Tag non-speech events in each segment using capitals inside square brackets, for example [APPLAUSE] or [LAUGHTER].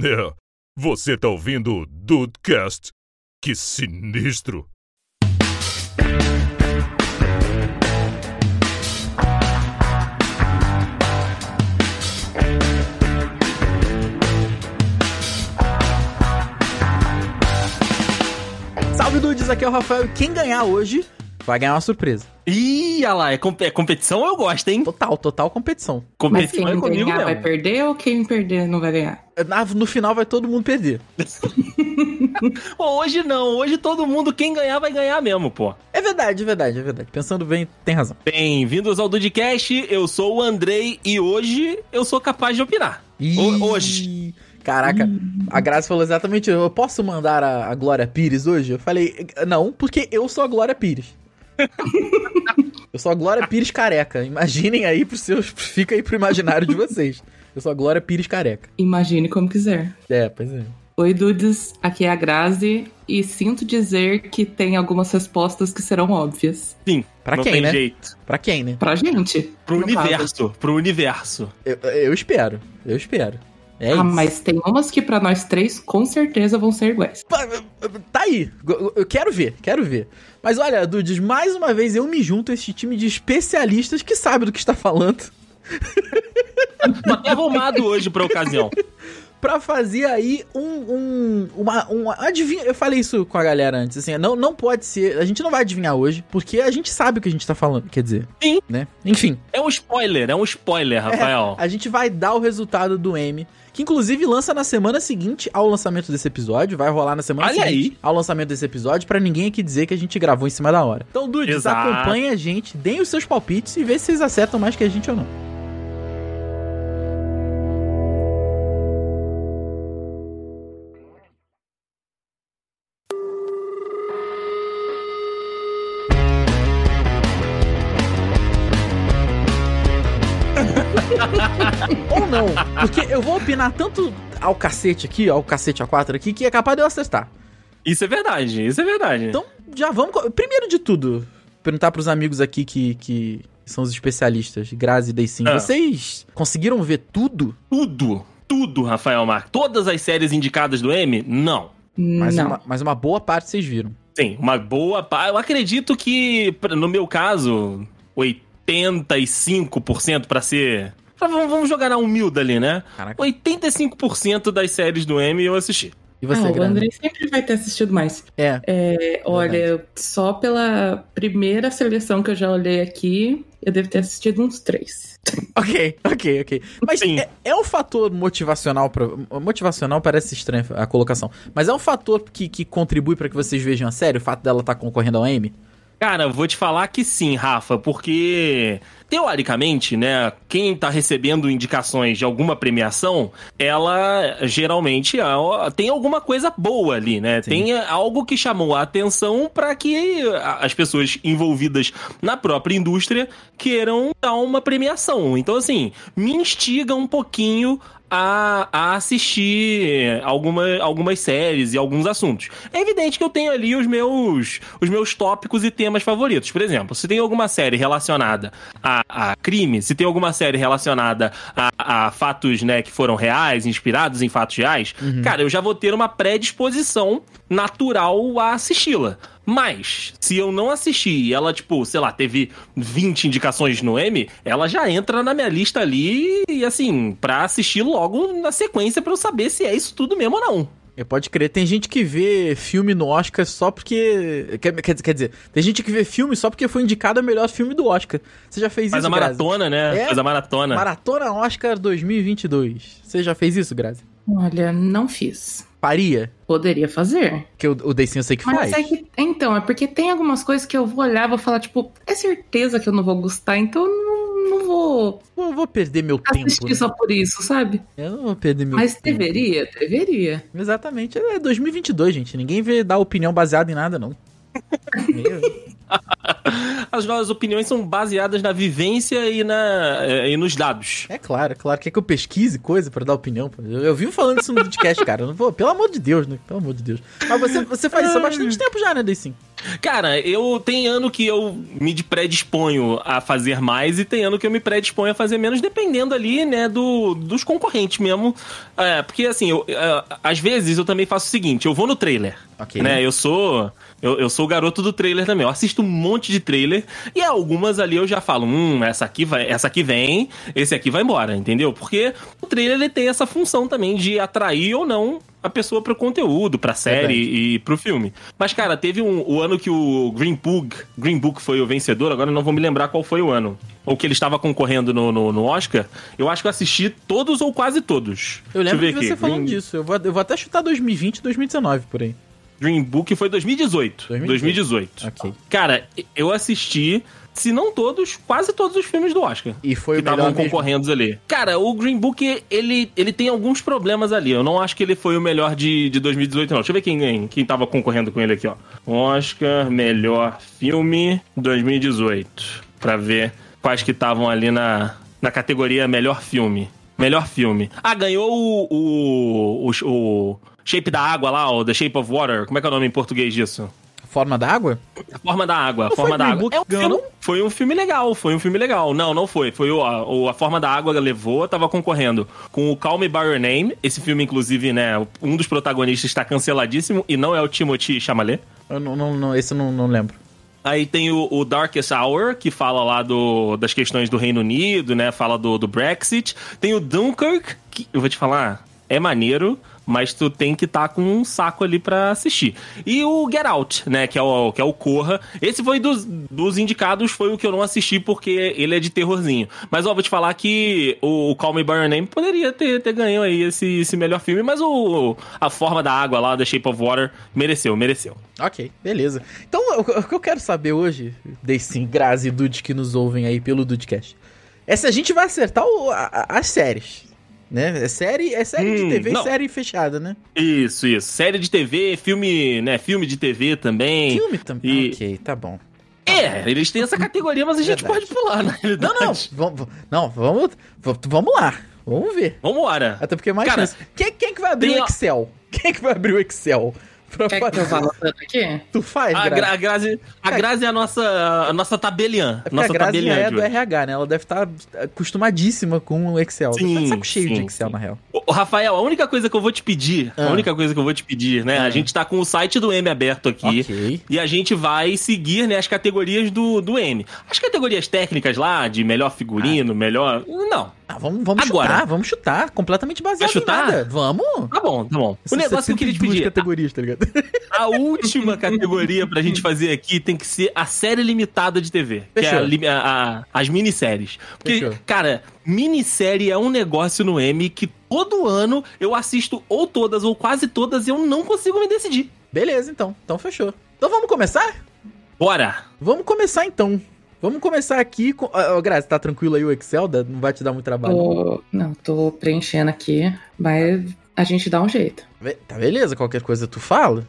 É, você tá ouvindo o Dudecast? Que sinistro! Salve Dudes, aqui é o Rafael e quem ganhar hoje vai ganhar uma surpresa. Ih, olha lá, é, com- é competição eu gosto, hein? Total, total competição. Mas quem Competição é ganhar comigo vai mesmo. perder ou quem perder não vai ganhar? Na- No final vai todo mundo perder. Pô, hoje não, hoje todo mundo, quem ganhar, vai ganhar mesmo, pô. É verdade, é verdade, é verdade. Pensando bem, tem razão. Bem-vindos ao Dudcast, eu sou o Andrei e hoje eu sou capaz de opinar. Ho- hoje. Caraca, a Graça falou exatamente isso. Eu posso mandar a, a Glória Pires hoje? Eu falei, não, porque eu sou a Glória Pires. eu sou a Glória Pires careca. Imaginem aí pros seus. Fica aí pro imaginário de vocês. Eu sou a Glória Pires careca. Imagine como quiser. É, pois é. Oi, dudes, aqui é a Grazi e sinto dizer que tem algumas respostas que serão óbvias. Pra não quem, tem né? jeito. Pra quem, né? Pra gente. Pro no caso. universo, pro universo. Eu, eu espero, eu espero. É isso. ah, mas tem umas que pra nós três com certeza vão ser iguais. Pa- Tá aí, eu- eu quero ver, quero ver. Mas olha, Dudes, mais uma vez eu me junto a esse time de especialistas que sabe do que está falando [LAUGHS] Tô até [LAUGHS] arrumado hoje pra ocasião. Pra fazer aí um, um uma, uma adivinha, eu falei isso com a galera antes, assim, não não pode ser, a gente não vai adivinhar hoje, porque a gente sabe o que a gente tá falando, quer dizer. Sim. Né? Enfim, É um spoiler, é um spoiler, Rafael. a gente vai dar o resultado do M, que inclusive lança na semana seguinte ao lançamento desse episódio, vai rolar na semana Olha seguinte aí. ao lançamento desse episódio, pra ninguém aqui dizer que a gente gravou em cima da hora. Então, dudes, Exato. acompanha a gente, deem os seus palpites e vê se vocês acertam mais que a gente ou não. Ou não, porque eu vou opinar tanto ao cacete aqui, ao cacete A4 aqui, que é capaz de eu acertar. Isso é verdade, isso é verdade. Então, já vamos. co- Primeiro de tudo, perguntar pros amigos aqui que, que são os especialistas, Grazi e Deicin. Ah. Vocês conseguiram ver tudo? tudo, tudo, Rafael Marques. Todas as séries indicadas do M? Não. Mas, não. Uma, mas uma boa parte vocês viram. Sim, uma boa. pa- Eu acredito que, pra- no meu caso, 85% pra ser. pra- Vamos vamos jogar na humilde ali, né? Caraca. 85% das séries do M eu assisti. E Ah, você, o Grazi? André sempre vai ter assistido mais. É. É, olha, só pela primeira seleção que eu já olhei aqui, eu devo ter assistido uns três. Ok, ok, ok. Mas Sim. é, é um fator motivacional. Pra, motivacional parece estranha a colocação. Mas é um fator que, que contribui pra que vocês vejam a série, o fato dela estar concorrendo ao M? Cara, vou te falar que sim, Rafa, porque teoricamente, né, quem tá recebendo indicações de alguma premiação, ela geralmente ah, tem alguma coisa boa ali, né? Sim. Tem algo que chamou a atenção pra que a- as pessoas envolvidas na própria indústria queiram dar uma premiação. Então, assim, me instiga um pouquinho a, a assistir alguma, algumas séries e alguns assuntos. É evidente que eu tenho ali os meus, os meus tópicos e temas favoritos. Por exemplo, se tem alguma série relacionada a, a crime, se tem alguma série relacionada a, a fatos né, que foram reais, inspirados em fatos reais, cara, eu já vou ter uma predisposição natural a assisti-la. Mas, se eu não assistir e ela, tipo, sei lá, teve 20 indicações no M, ela já entra na minha lista ali e, assim, pra assistir logo na sequência pra eu saber se é isso tudo mesmo ou não. É, Pode crer, tem gente que vê filme no Oscar só porque. Quer, quer dizer- quer dizer, tem gente que vê filme só porque foi indicado a melhor filme do Oscar. Você já fez Faz isso, a maratona, né? É? Faz a maratona. Grazi? Maratona Oscar 2022. Você já fez isso, Grazi? Olha, não fiz. Faria? Poderia fazer. Que o, o Deicinho eu sei que faz. Mas é que, então, é porque tem algumas coisas que eu vou olhar, vou falar, tipo, é certeza que eu não vou gostar, então eu não, não vou Eu vou perder meu tempo. assistir né? só por isso, sabe? Eu não vou perder meu Mas tempo. deveria, deveria. Exatamente. É 2022, gente. Ninguém vê dar opinião baseada em nada, [LAUGHS] não. Meu. As nossas opiniões são baseadas na vivência e, na, eh, e nos dados. É claro, é claro. Quer que eu pesquise coisa pra dar opinião? pô? Eu, eu vivo falando isso no podcast, cara. Eu não vou- pelo amor de Deus, né? Pelo amor de Deus. Mas você, você faz isso há bastante tempo já, né, Dei Sim? Cara, eu tem ano que eu me predisponho a fazer mais e tem ano que eu me predisponho a fazer menos, dependendo ali, né, do, dos concorrentes mesmo. É, porque assim, eu, é, às vezes eu também faço o seguinte, eu vou no trailer. Ok. Né? Eu sou. Eu, eu sou o garoto do trailer também. Eu assisto um monte de trailer e algumas ali eu já falo: hum, essa aqui vai, essa aqui vem, esse aqui vai embora, entendeu? Porque o trailer ele tem essa função também de atrair ou não a pessoa pro conteúdo, pra série e pro filme. Mas, cara, teve um, o ano que o Green Book, Green Book foi o vencedor, agora eu não vou me lembrar qual foi o ano. Ou que ele estava concorrendo no, no, no Oscar. Eu acho que eu assisti todos ou quase todos. Eu Deixa lembro ver de você aqui. falando Green- disso. Eu vou, eu vou até chutar 2020, 2019 por aí. Dream Book foi 2018. 2018. 2018. Ok. Cara, eu assisti, se não todos, quase todos os filmes do Oscar. E foi Que o melhor estavam mesmo. concorrendo ali. Cara, o Green Book, ele, ele tem alguns problemas ali. Eu não acho que ele foi o melhor de, de 2018, não. Deixa eu ver quem, quem, quem tava concorrendo com ele aqui, ó. Um Oscar, melhor filme 2018. Pra ver quais que estavam ali na, na categoria melhor filme. Melhor filme. Ah, ganhou o, o, o, o Shape da Água lá, o The Shape of Water. Como é que é o nome em português disso? Forma d'água? A Forma da Água, a Não foi Forma da Green Água. Book É um que ganhou? filme- foi um filme legal, foi um filme legal. Não, não foi. Foi o, a, o- a Forma da Água levou, tava concorrendo com o Calm Me By Your Name. Esse filme, inclusive, né, um dos protagonistas está canceladíssimo e não é o Timothy Chalamet. Eu não, não, não- esse eu não, não lembro. Aí tem o, o Darkest Hour, que fala lá do, das questões do Reino Unido, né? Fala do, do Brexit. Tem o Dunkirk, que eu vou te falar, é maneiro, mas tu tem que estar com um saco ali pra assistir. E o Get Out, né? Que é o, que é o Corra. Esse foi dos, dos indicados, foi o que eu não assisti porque ele é de terrorzinho. Mas, ó, vou te falar que o, o Call Me By Your Name poderia ter, ter ganho aí esse, esse melhor filme, mas o A Forma da Água lá, The Shape of Water, mereceu, mereceu. Ok, beleza. Então, o, o que eu quero saber hoje, Deicin, Grazi e Dudes que nos ouvem aí pelo Dudecast, é se a gente vai acertar o- a- a- as séries. Né? É série, é série de Hum, TV e não. série fechada, né? Isso, isso. Série de TV, filme, né? Filme de TV também. Filme também. E- Ok, tá bom. É, eles têm essa categoria, mas a gente Verdade. pode pular, na Não, realidade. não. [LAUGHS] Vamos, não, vamos, v- vamos lá. Vamos ver. Vambora. Até porque é mais Cara, chance. Quem, quem que vai abrir tem o a- Excel? Quem que vai abrir o Excel? Pra Quer é que [LAUGHS] eu vá notando aqui? Tu faz, A, Grazi? Gra- a Grazi, a Cara- Grazi é a nossa, a nossa tabeliã. É porque nossa tá a Grazi já tabeliã é de do hoje. RH, né? Ela deve estar acostumadíssima com o Excel. Sim, Sim, tá de saco cheio de sim, Excel, sim. na real. Ô, Rafael, a única coisa que eu vou te pedir, Ah. a única coisa que eu vou te pedir, né? Ah. A gente tá com o site do M aberto aqui. Ok. E a gente vai seguir né, as categorias do, do M. As categorias técnicas lá, de melhor figurino, melhor. Não. Ah, vamos, vamos Agora. chutar, vamos chutar. Completamente baseado Vai chutar? em nada. Vamos. Tá bom, tá bom. O negócio que eu queria 72 te pedir. é categorias, tá ligado? [LAUGHS] A última categoria pra gente fazer aqui tem que ser a série limitada de TV. Que é Fechou. a li- a- a- as minisséries. Porque, Fechou. cara, minissérie é um negócio no M que todo ano eu assisto ou todas ou quase todas e eu não consigo me decidir. Beleza, então. Então fechou. Então vamos começar? Bora! Vamos começar, então. Vamos começar aqui com... Ó, ó, Grazi, tá tranquilo aí o Excel? Dá- Não vai te dar muito trabalho. Tô- Não, tô preenchendo aqui, mas a gente dá um jeito. Be- Tá beleza, qualquer coisa tu fala.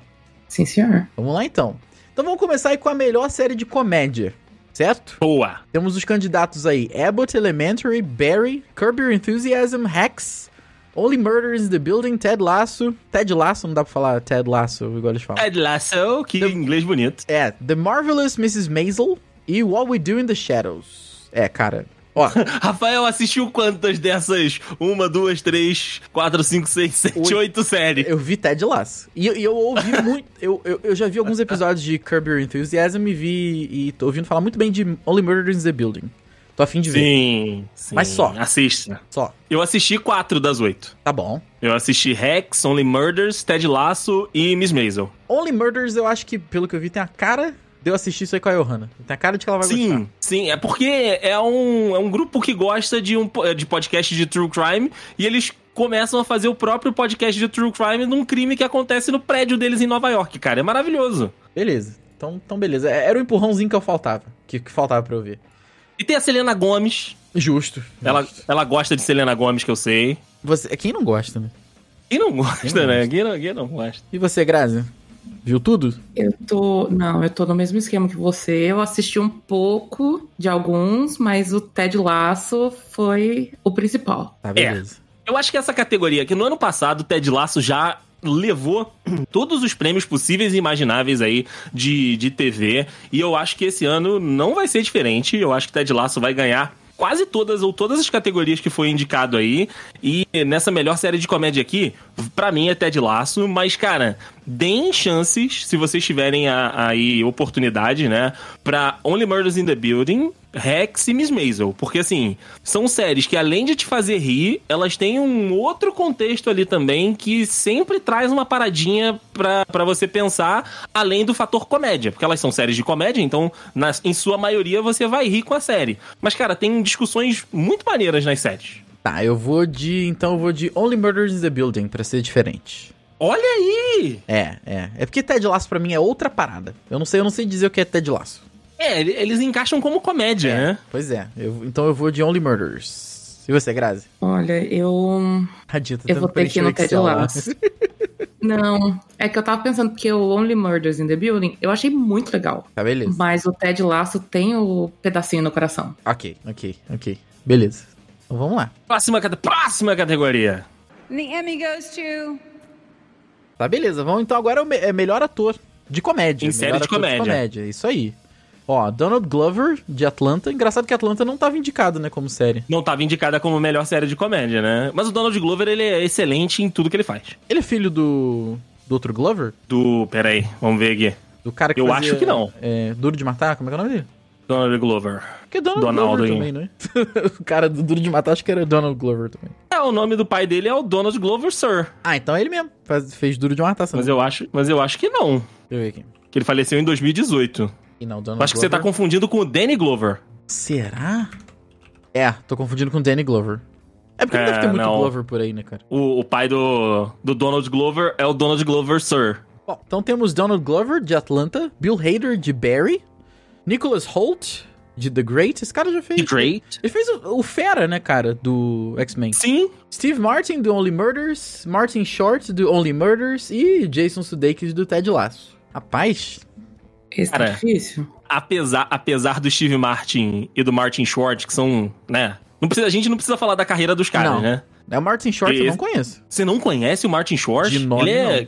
Sim, senhor. Vamos lá, então. Então vamos começar aí com a melhor série de comédia, certo? Boa! Temos os candidatos aí: Abbott Elementary, Barry, Curb Your Enthusiasm, Hacks, Only Murders in the Building, Ted Lasso. Ted Lasso, não dá pra falar Ted Lasso, igual eles falam. Ted Lasso, que inglês bonito. É, The Marvelous Mrs. Maisel e What We Do in the Shadows. É, cara. Ó, Rafael assistiu quantas dessas? Uma, duas, três, quatro, cinco, seis, sete, oito séries. eu vi Ted Lasso. E, eu- e eu [LAUGHS] ouvi muito. Eu, eu, eu já vi alguns episódios de Curb Your Enthusiasm e vi. E tô ouvindo falar muito bem de Only Murders in the Building. Tô afim de ver. Sim, sim. Mas só. Assista. Só. Eu assisti quatro das oito. Tá bom. Eu assisti Rex, Only Murders, Ted Lasso e Miss Maisel. Only Murders, eu acho que, pelo que eu vi, tem a cara de eu assistir isso aí com a Johanna. Tem a cara de que ela vai Sim, gostar. sim. É porque é um, é um grupo que gosta de, um, po- de podcast de true crime e eles começam a fazer o próprio podcast de true crime num crime que acontece no prédio deles em Nova York, cara. É maravilhoso. Beleza. Então, então beleza. É- Era o empurrãozinho que eu faltava. Que, que faltava pra eu ver. E tem a Selena Gomes. Justo. Ela, justo. ela gosta de Selena Gomes, que eu sei. Você, quem não gosta, né? Quem não gosta, Quem não né? Quem não, quem não gosta? E você, Grazi? Viu tudo? Eu tô. Não, eu tô no mesmo esquema que você. Eu assisti um pouco de alguns, mas o Ted Laço foi o principal. Tá, beleza. É. Eu acho que essa categoria aqui, no ano passado, Ted Lasso já levou [CLEARS THROAT] todos os prêmios possíveis e imagináveis aí de, de TV. E eu acho que esse ano não vai ser diferente. Eu acho que Ted Lasso vai ganhar quase todas ou todas as categorias que foi indicado aí. E nessa melhor série de comédia aqui, pra mim é Ted Lasso. Mas, cara, deem chances, se vocês tiverem a- aí oportunidade, né? Pra Only Murders in the Building, Rex e Miss Maisel. Porque, assim, são séries que além de te fazer rir, elas têm um outro contexto ali também que sempre traz uma paradinha pra, pra você pensar além do fator comédia. Porque elas são séries de comédia, então nas- em sua maioria você vai rir com a série. Mas, cara, tem discussões muito maneiras nas séries. Tá, eu vou de. Então eu vou de Only Murders in the Building, pra ser diferente. Olha aí! É, é. É porque Ted Lasso pra mim é outra parada. Eu não sei, eu não sei dizer o que é Ted Lasso. É, ele- eles encaixam como comédia, né? Pois é. eu- então eu vou de Only Murders. E você, Grazi? Olha, eu A Dita Eu vou ter que ir no Ted né? Lasso. Não, é que eu tava pensando que o Only Murders in the Building eu achei muito legal. Tá, beleza. Mas o Ted Lasso tem o pedacinho no coração. Ok, ok, ok. Beleza. Então vamos lá. Próxima, cate- próxima categoria. And the Emmy goes to Tá, beleza. Vamos então agora é o me- é melhor ator de comédia. Em Melhor série de ator comédia. comédia. é Isso aí. Ó, Donald Glover, de Atlanta. Engraçado que Atlanta não tava indicado, né, como série. Não tava indicada como melhor série de comédia, né? Mas o Donald Glover, ele é excelente em tudo que ele faz. Ele é filho do. do outro Glover? Do. Peraí, vamos ver aqui. Do cara que Eu fazia, acho que não. é, Duro de Matar? Como é que é o nome dele? Donald Glover. Porque é Donald Donaldo, Glover hein? também, não é? [LAUGHS] o cara do Duro de Matar, acho que era Donald Glover também. É, o nome do pai dele é o Donald Glover Sir. Ah, então é ele mesmo. Faz- fez Duro de Matar, sabe? Mas eu acho, mas eu acho que não. Deixa eu ver aqui. Que ele faleceu em 2018. E não, Donald Eu acho que você tá Glover- confundindo com o Danny Glover. Será? É, tô confundindo com Danny Glover. É porque É, não deve ter muito não. Glover por aí, né, cara? O, o pai do, do Donald Glover é o Donald Glover Sir. Bom, então temos Donald Glover, de Atlanta, Bill Hader, de Barry, Nicholas Holt, de The Great. Esse cara já fez... Que great. Ele fez o, o Fera, né, cara, do X-Men. Sim, Steve Martin, do Only Murders, Martin Short, do Only Murders e Jason Sudeikis, do Ted Lasso. Rapaz, Esse Cara. tá difícil. apesar, apesar do Steve Martin e do Martin Short, que são, né? Não precisa, a gente não precisa falar da carreira dos caras, Não. né? é o Martin Short, eu Esse- não conheço. Você não conhece o Martin Short? De nome, ele é...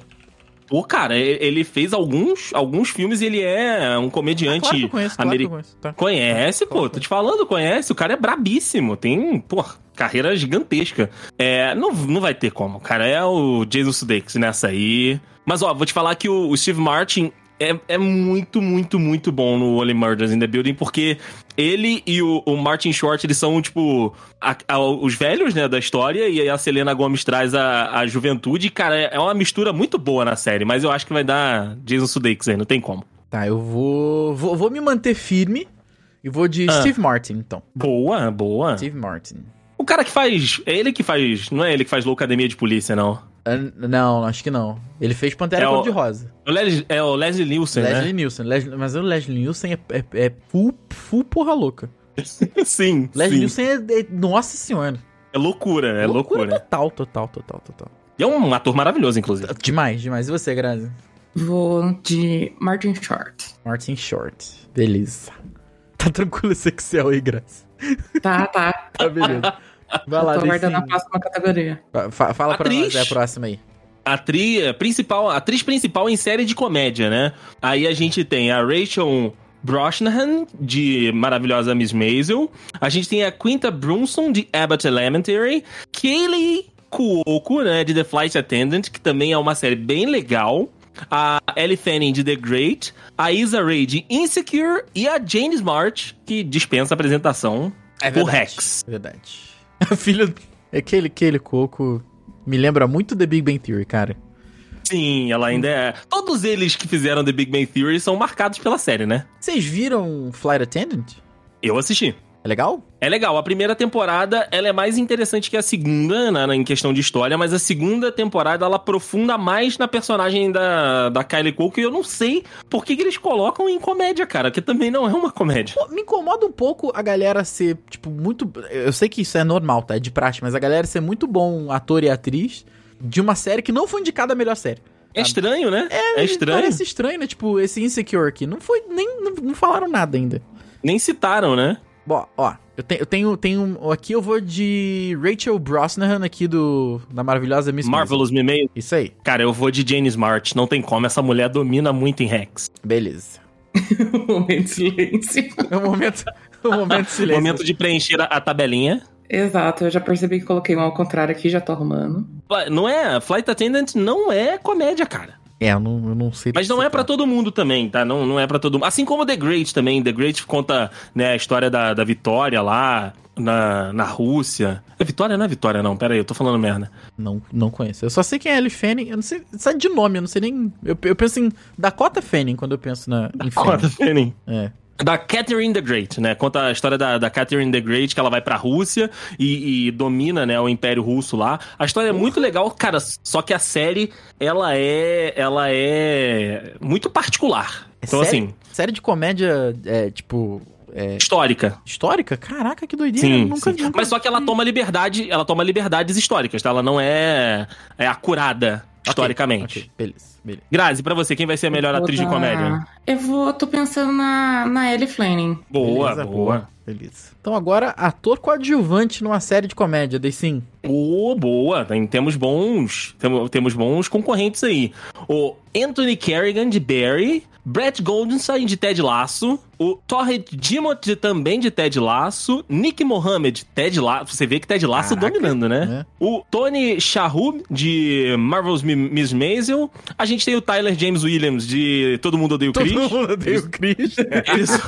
Pô, cara, e- ele fez alguns, alguns filmes e ele é um comediante Ah, Claro que eu conheço, claro que eu americano. conheço. Tá. Conhece, pô, tô te falando, conhece. O cara é brabíssimo, tem, pô, carreira gigantesca. É, não, não vai ter como, cara. É o Jason Sudeikis nessa aí. Mas, ó, vou te falar que o, o Steve Martin é, é muito, muito, muito bom no Only Murders in the Building, porque ele e o, o Martin Short, eles são, tipo, a- a- os velhos, né, da história, e aí a Selena Gomes traz a, a juventude. E, Cara, é uma mistura muito boa na série, mas eu acho que vai dar Jason Sudeikis aí, não tem como. Tá, eu vou, vou. Vou me manter firme e vou de Ah. Steve Martin, então. Boa, boa. Steve Martin. O cara que faz. É ele que faz. Não é ele que faz loucademia de polícia, não. Ah, não, acho que não. Ele fez Pantera É o- né? Cor de Rosa. É o Les- É o Leslie Nielsen, Leslie Nielsen. Leslie- mas o Leslie Nielsen é, é, é full, full porra louca. né? [LAUGHS] Sim. Leslie sim. Nielsen é, é- Nossa senhora. É loucura, é loucura. Total, total, total, total. E é um ator maravilhoso, inclusive. Demais, demais. E você, Grazi? Vou de Martin Short. Martin Short. Beleza. [LAUGHS] Tá tranquilo esse Excel aí, Grazi. Tá, tá. Tá beleza. [LAUGHS] Vai lá, tô aguardando a decide. [LAUGHS] próxima categoria. Fa- fa- Fala pra nós Atriz. é a próxima aí. Atriz principal, atriz principal em série de comédia, né? Aí a gente tem a Rachel Brosnahan, de Maravilhosa Miss Maisel. A gente tem a Quinta Brunson, de Abbott Elementary. Kaylee Cuoco, né? De The Flight Attendant, que também é uma série bem legal. a Ellie Fanning de The Great, a Isa Rae de Insecure e a Jane Smart, que dispensa a apresentação, É por Rex. É verdade. [LAUGHS] A filha. Aquele, aquele coco me lembra muito The Big Bang Theory, cara. Sim, ela ainda é. Todos eles que fizeram The Big Bang Theory são marcados pela série, né? Vocês viram Flight Attendant? Eu assisti. É legal? É legal, a primeira temporada ela é mais interessante que a segunda, né, em questão de história, mas a segunda temporada ela aprofunda mais na personagem da, da Kylie Cuoco e eu não sei por que, que eles colocam em comédia, cara, que também não é uma comédia. Pô, me incomoda um pouco a galera ser, tipo, muito. Eu sei que isso é normal, tá? É de prática, mas a galera ser muito bom ator e atriz de uma série que não foi indicada a melhor série. É estranho, né? É, estranho. Parece estranho, né? Tipo, esse Insecure aqui. Não foi. Nem. Não, não falaram nada ainda. Nem citaram, né? Bom, ó, eu, te- eu tenho, tenho. Aqui eu vou de Rachel Brosnahan, aqui do. Da maravilhosa Miss Marvelous Me Mail. Maisel. Isso aí. Cara, eu vou de Jane Smart. Não tem como. Essa mulher domina muito em Rex. Beleza. Um momento de silêncio. É o momento. o momento [LAUGHS] de silêncio. Momento de preencher a, a tabelinha. Exato, eu já percebi que coloquei um ao contrário aqui, já tô arrumando. Fly- Não é. Flight Attendant não é comédia, cara. É, eu não, eu não sei. Mas não é pra todo mundo também, tá? Não, não é pra todo mundo. Assim como The Great também. The Great conta né, a história da, da Vitória lá na, na Rússia. É Vitória? Não é Vitória, não. Pera aí, eu tô falando merda. Não, não conheço. Eu só sei quem é Ellie Fanning. Eu não sei. Sabe de nome, eu não sei nem. Eu, eu penso em Dakota Fanning quando eu penso na. em Conta, Fanning. Fanning. É. Da Catherine the Great, né? Conta a história da, da Catherine the Great, que ela vai pra Rússia e, e domina, né, o Império Russo lá. A história é muito legal, cara, só que a série, ela é... Ela é... Muito particular. É então, série? assim, Série de comédia, é, tipo. histórica. Histórica? Caraca, que doideira. Sim, eu nunca, sim. nunca- Mas só que ela toma liberdade, ela toma liberdades históricas, tá? Ela não é, é acurada Ok, historicamente. ok, beleza, beleza. Grazi, pra você, quem vai ser a melhor Vou atriz de dar- comédia? Eu vou, tô pensando na, na Ellie Fanning. Boa, Beleza, boa. Beleza. Então agora, ator coadjuvante numa série de comédia, daí sim. Boa, boa. Tem- Temos bons, temos, temos bons concorrentes aí. O Anthony Kerrigan, de Barry. Brett Goldenstein, de Ted Lasso. O Torre Dimot, também de Ted Lasso. Nick Mohammed, Ted Lasso. Você vê que Ted Lasso Caraca, dominando, né? né? O Tony Shalhoub, de Marvel's Mi- Miss Maisel. A gente tem o Tyler James Williams, de Todo Mundo Odeia o Chris. mundo odeia o Chris. [LAUGHS] Ele só,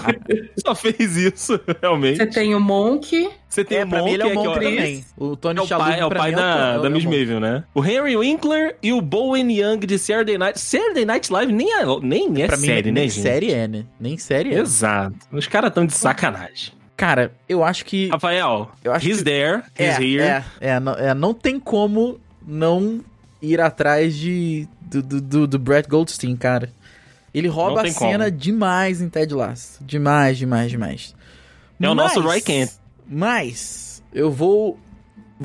só fez isso, [LAUGHS] Você realmente. tem o Monk, Você tem um É, o pra mim ele é o Monk, Monk que é- também. O Tony é o pai, é o pra pai mim, o- da, é o- da é o Miss Monk. Maven, né? O Henry Winkler e o Bowen Young de Saturday Night. Saturday Night Live nem é, nem é Pra mim, série, né, nem gente? série é, né? Nem série é. Exato. Os caras estão de sacanagem. Cara, eu acho que... Rafael, Eu acho he's que- there, he's é, here. É, é, não, é, não tem como não ir atrás de do, do, do, do Brett Goldstein, cara. Ele rouba Não a tem cena como. demais em Ted Lasso. Demais, demais, demais. É o nosso Roy Kent. Mas eu vou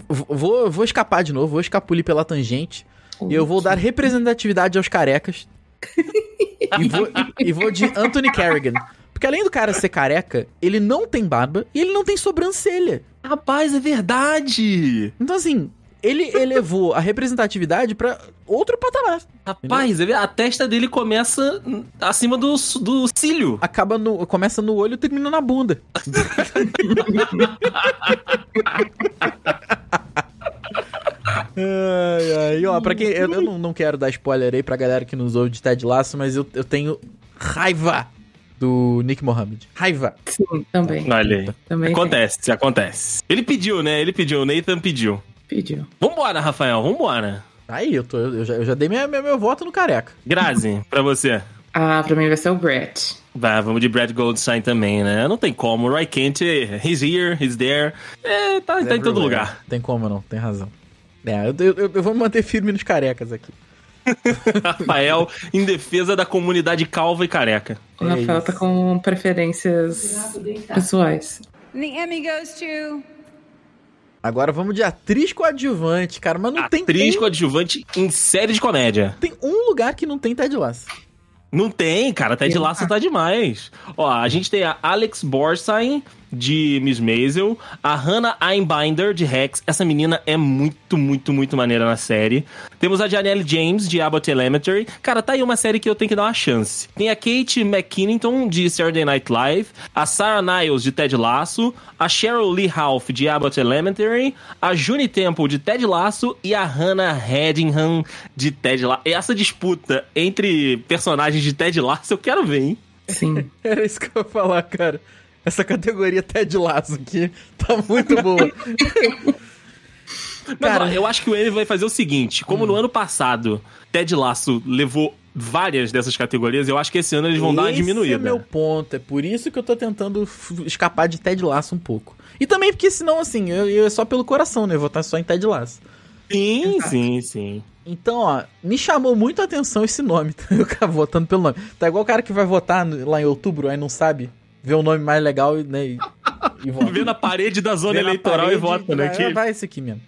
vou vou escapar de novo, vou escapulir pela tangente e eu vou dar representatividade aos [LAUGHS] carecas. e, vou, e vou de Anthony Carrigan. Porque além do cara ser careca, ele não tem barba e ele não tem sobrancelha. Rapaz, é verdade! Então, assim, ele elevou a representatividade pra outro patamar. Rapaz, é ver- a testa dele começa hum, acima do, s- do cílio. Acaba no. Começa no olho e termina na bunda. ai, ai. Ó, pra quem. Eu, eu não, não quero dar spoiler aí pra galera que nos ouve de Ted Lasso, mas eu, eu tenho raiva do Nick Mohammed. Raiva. sim, também. Olha aí. também Acontece, acontece. Ele pediu, né? Ele pediu, o Nathan pediu. Pediu. Vambora, Rafael, vambora. Aí, eu, tô, eu, já, eu já dei minha, minha- meu voto no careca. [LAUGHS] Grazi, pra você. Ah, pra mim vai ser o Brett. Vai, vamos de Brad Goldstein também, né? Não tem como. Roy Kent, he's here, he's there. É, tá, tá em todo Everywhere. [LAUGHS] lugar. Tem como não, tem razão. É, eu, eu, eu vou me manter firme nos carecas aqui. Rafael, em defesa da comunidade calva e careca. O É Rafael isso. tá com preferências pessoais. And the Emmy goes to. Agora vamos de atriz coadjuvante, cara. Mas não tem, Atriz um, coadjuvante em série de comédia. tem um lugar que não tem Ted Lasso. [LAUGHS] Não tem, cara. Até de Tem. laço tá demais. Ó, a gente tem a Alex Borstein, de Miss Maisel. A Hannah Einbinder, de Rex. Essa menina é muito, muito, muito maneira na série. Temos a Janelle James, de Abbott Elementary. Cara, tá aí uma série que eu tenho que dar uma chance. Tem a Kate McKinnington, de Saturday Night Live. A Sarah Niles, de Ted Lasso. A Cheryl Lee Ralph, de Abbott Elementary. A Juni Temple, de Ted Lasso. E a Hannah Headingham, de Ted Lasso. Essa disputa entre personagens de Ted Lasso, eu quero ver, hein? [LAUGHS] Sim. Era isso que eu ia falar, cara. Essa categoria Ted Lasso aqui tá muito boa. Mas, Cara- Hum. ó, eu acho que o Amy vai fazer o seguinte: como no ano passado Ted Lasso levou várias dessas categorias, eu acho que esse ano eles vão dar uma Esse é diminuída. meu ponto. É por isso que eu tô tentando f- escapar de Ted Lasso um pouco. E também porque senão, assim, eu, eu é só pelo coração, né? Eu vou estar só em Ted Lasso. Sim, Exato. sim, sim. Então, ó, me chamou muito a atenção esse nome. [LAUGHS] tá? Eu acabo votando pelo nome. Tá igual o cara que vai votar no- lá em outubro, aí não sabe, vê o nome mais legal e, né, e, e vota. Vê na parede da zona Vê na é eleitoral parede, e vota, né? vai- que- Vai esse aqui mesmo.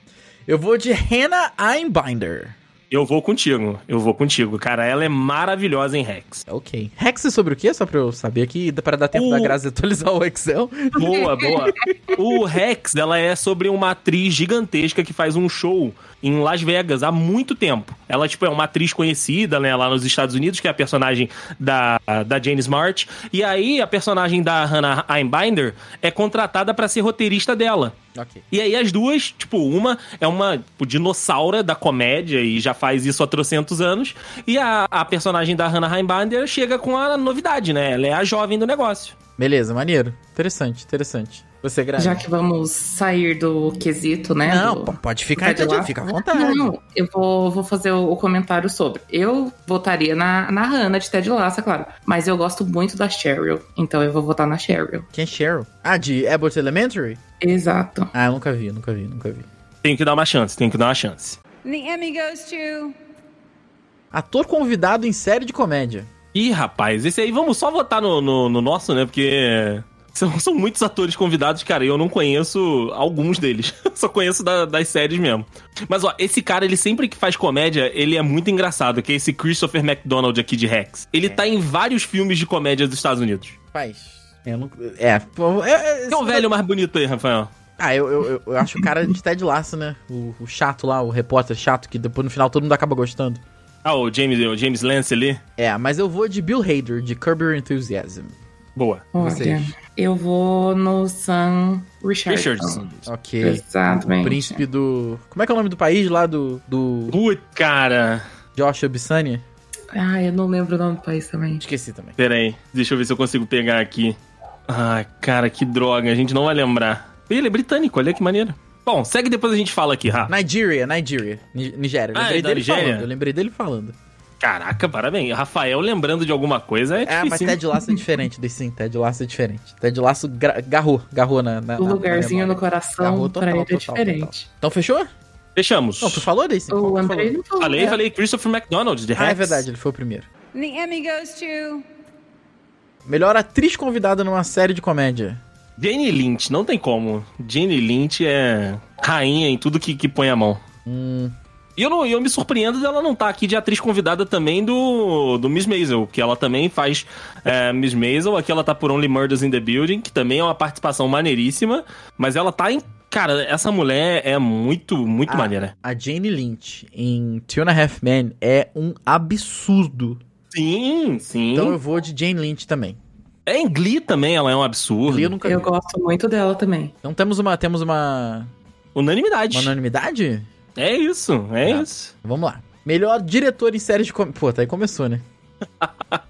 Eu vou de Hannah Einbinder. Eu vou contigo, eu vou contigo. Cara, ela é maravilhosa em Rex. Ok. Rex é sobre o quê? Só pra eu saber aqui, pra dar tempo O- da Grazi atualizar o Excel. Boa, boa. O Rex, ela é sobre uma atriz gigantesca que faz um show em Las Vegas há muito tempo. Ela, tipo, é uma atriz conhecida, né, lá nos Estados Unidos, que é a personagem da, da Jane Smart. E aí, a personagem da Hannah Einbinder é contratada pra ser roteirista dela. Ok. E aí as duas, tipo, uma é uma tipo, dinossauro da comédia e já faz isso há trocentos anos. E a, a personagem da Hannah Heimbander chega com a novidade, né? Ela é a jovem do negócio. Beleza, maneiro. Interessante, interessante. Você, Grazi? Já que vamos sair do quesito, né? Não, do- po- pode ficar, Vai de lá? entendi, fica à vontade. Não, eu vou, vou fazer o, o comentário sobre. Eu votaria na, na Hannah de Ted Lasso, é claro. Mas eu gosto muito da Cheryl. Então eu vou votar na Cheryl. Quem é Cheryl? Ah, de Abbott Elementary? Exato. Ah, eu nunca vi, nunca vi, nunca vi. Tem que dar uma chance, tem que dar uma chance. And the Emmy goes to. Ator convidado em série de comédia. Ih, rapaz, esse aí vamos só votar no, no, no nosso, né? Porque são, são muitos atores convidados, cara, e eu não conheço alguns deles. [LAUGHS] Só conheço da- das séries mesmo. Mas ó, esse cara, ele sempre que faz comédia, ele é muito engraçado, que é esse Christopher McDonald aqui de Rex. Ele tá em vários filmes de comédia dos Estados Unidos. Faz. É, eu nunca- é, pô, é, é- Tem um velho mais bonito aí, Rafael. Ah, eu, eu, eu- eu acho o cara de Ted Lasso, né? O, o chato lá, o repórter chato, que depois no final todo mundo acaba gostando. Ah, o James, o James Lance ali. É, mas eu vou de Bill Hader, de Curb Your Enthusiasm. Boa. Olha, Vocês. eu vou no Sam Richardson. Richardson. Ok. Exatamente. Príncipe do... Como é que é o nome do país lá do... Do Putz, cara. Josh Obisanya? Ah, eu não lembro o nome do país também. Esqueci também. Pera aí. Deixa eu ver se eu consigo pegar aqui. Ai, cara, que droga. A gente não vai lembrar. Ele é britânico, olha que maneiro. Bom, segue depois a gente fala aqui, Rafa. Nigeria, Nigeria. Ni- Nigéria. Eu Ah, lembrei é da dele Nigéria? falando. Eu lembrei dele falando. Caraca, parabéns. Rafael lembrando de alguma coisa é É, mas difícil. hein? Ted Lasso é diferente. desse Sim, Ted Laço é diferente. Ted Lasso gra- garrou, garrou na, na- O na- na lugarzinho memória. no tá coração Garrou pra ele é total, total, diferente. Então fechou? Fechamos. Não, tu falou desse? O Andrei não falou. Falei, né? falei Christopher McDonald, de Ah, é Rex. verdade, ele foi o primeiro. And the Emmy goes to. Melhor atriz convidada numa série de comédia. Jane Lynch, não tem como. Jane Lynch é rainha em tudo que, que põe a mão. Hum, E eu, não, eu me surpreendo dela não estar aqui de atriz convidada também do, do Miss Maisel, que ela também faz é, Miss Maisel. Aqui ela tá por Only Murders in the Building, que também é uma participação maneiríssima. Mas ela tá em... Cara, essa mulher é muito, muito Ah. maneira. a Jane Lynch em Two and a Half Men é um absurdo. Sim, sim. Então eu vou de Jane Lynch também. É em Glee também, ela é um absurdo. Ali eu nunca Eu vi. gosto muito dela também. Então temos uma, temos uma, Unanimidade. uma unanimidade? É isso, é Ah. isso. Vamos lá. Melhor diretor em série de comédia. Pô, tá aí começou, [LAUGHS] né?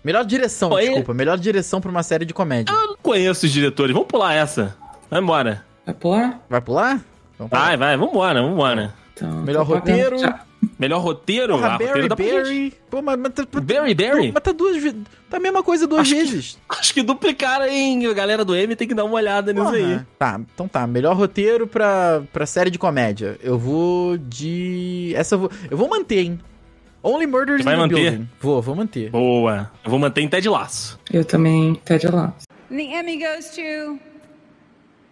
Melhor direção, Pô, e- desculpa. Melhor direção pra uma série de comédia. Eu não conheço os diretores, vamos pular essa. Vai embora. Vai pular? Vai pular? Então, Vai, vai, vambora, vambora. Então, Melhor tô pagando roteiro. já. Melhor roteiro, Porra, ah, Barry, roteiro da Barry. Pô, mas, mas, mas, Barry, Barry? mas tá duas vezes. Tá a mesma coisa duas Acho que- vezes. Acho que duplicaram, hein? A galera do M tem que dar uma olhada nisso aí. Porra. Tá, então tá. Melhor roteiro pra, pra série de comédia. Eu vou de. Essa eu vou. Eu vou manter, hein? Only Murders Você vai in the manter? Building. Vou, vou manter. Boa. Eu vou manter em Ted Laço. Eu também, Ted Lasso. And the Emmy goes to.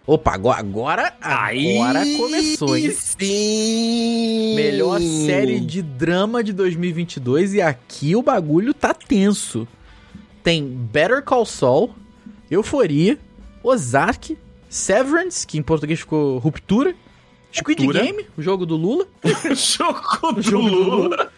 Opa, ago- agora. Agora começou, hein? Sim! Melhor [LAUGHS] série de drama de 2022 e aqui o bagulho tá tenso. Tem Better Call Saul, Euforia, Ozark, Severance, que em português ficou Ruptura, Squid Ruptura. Game, o jogo do Lula. Choco do Jogo do Lula.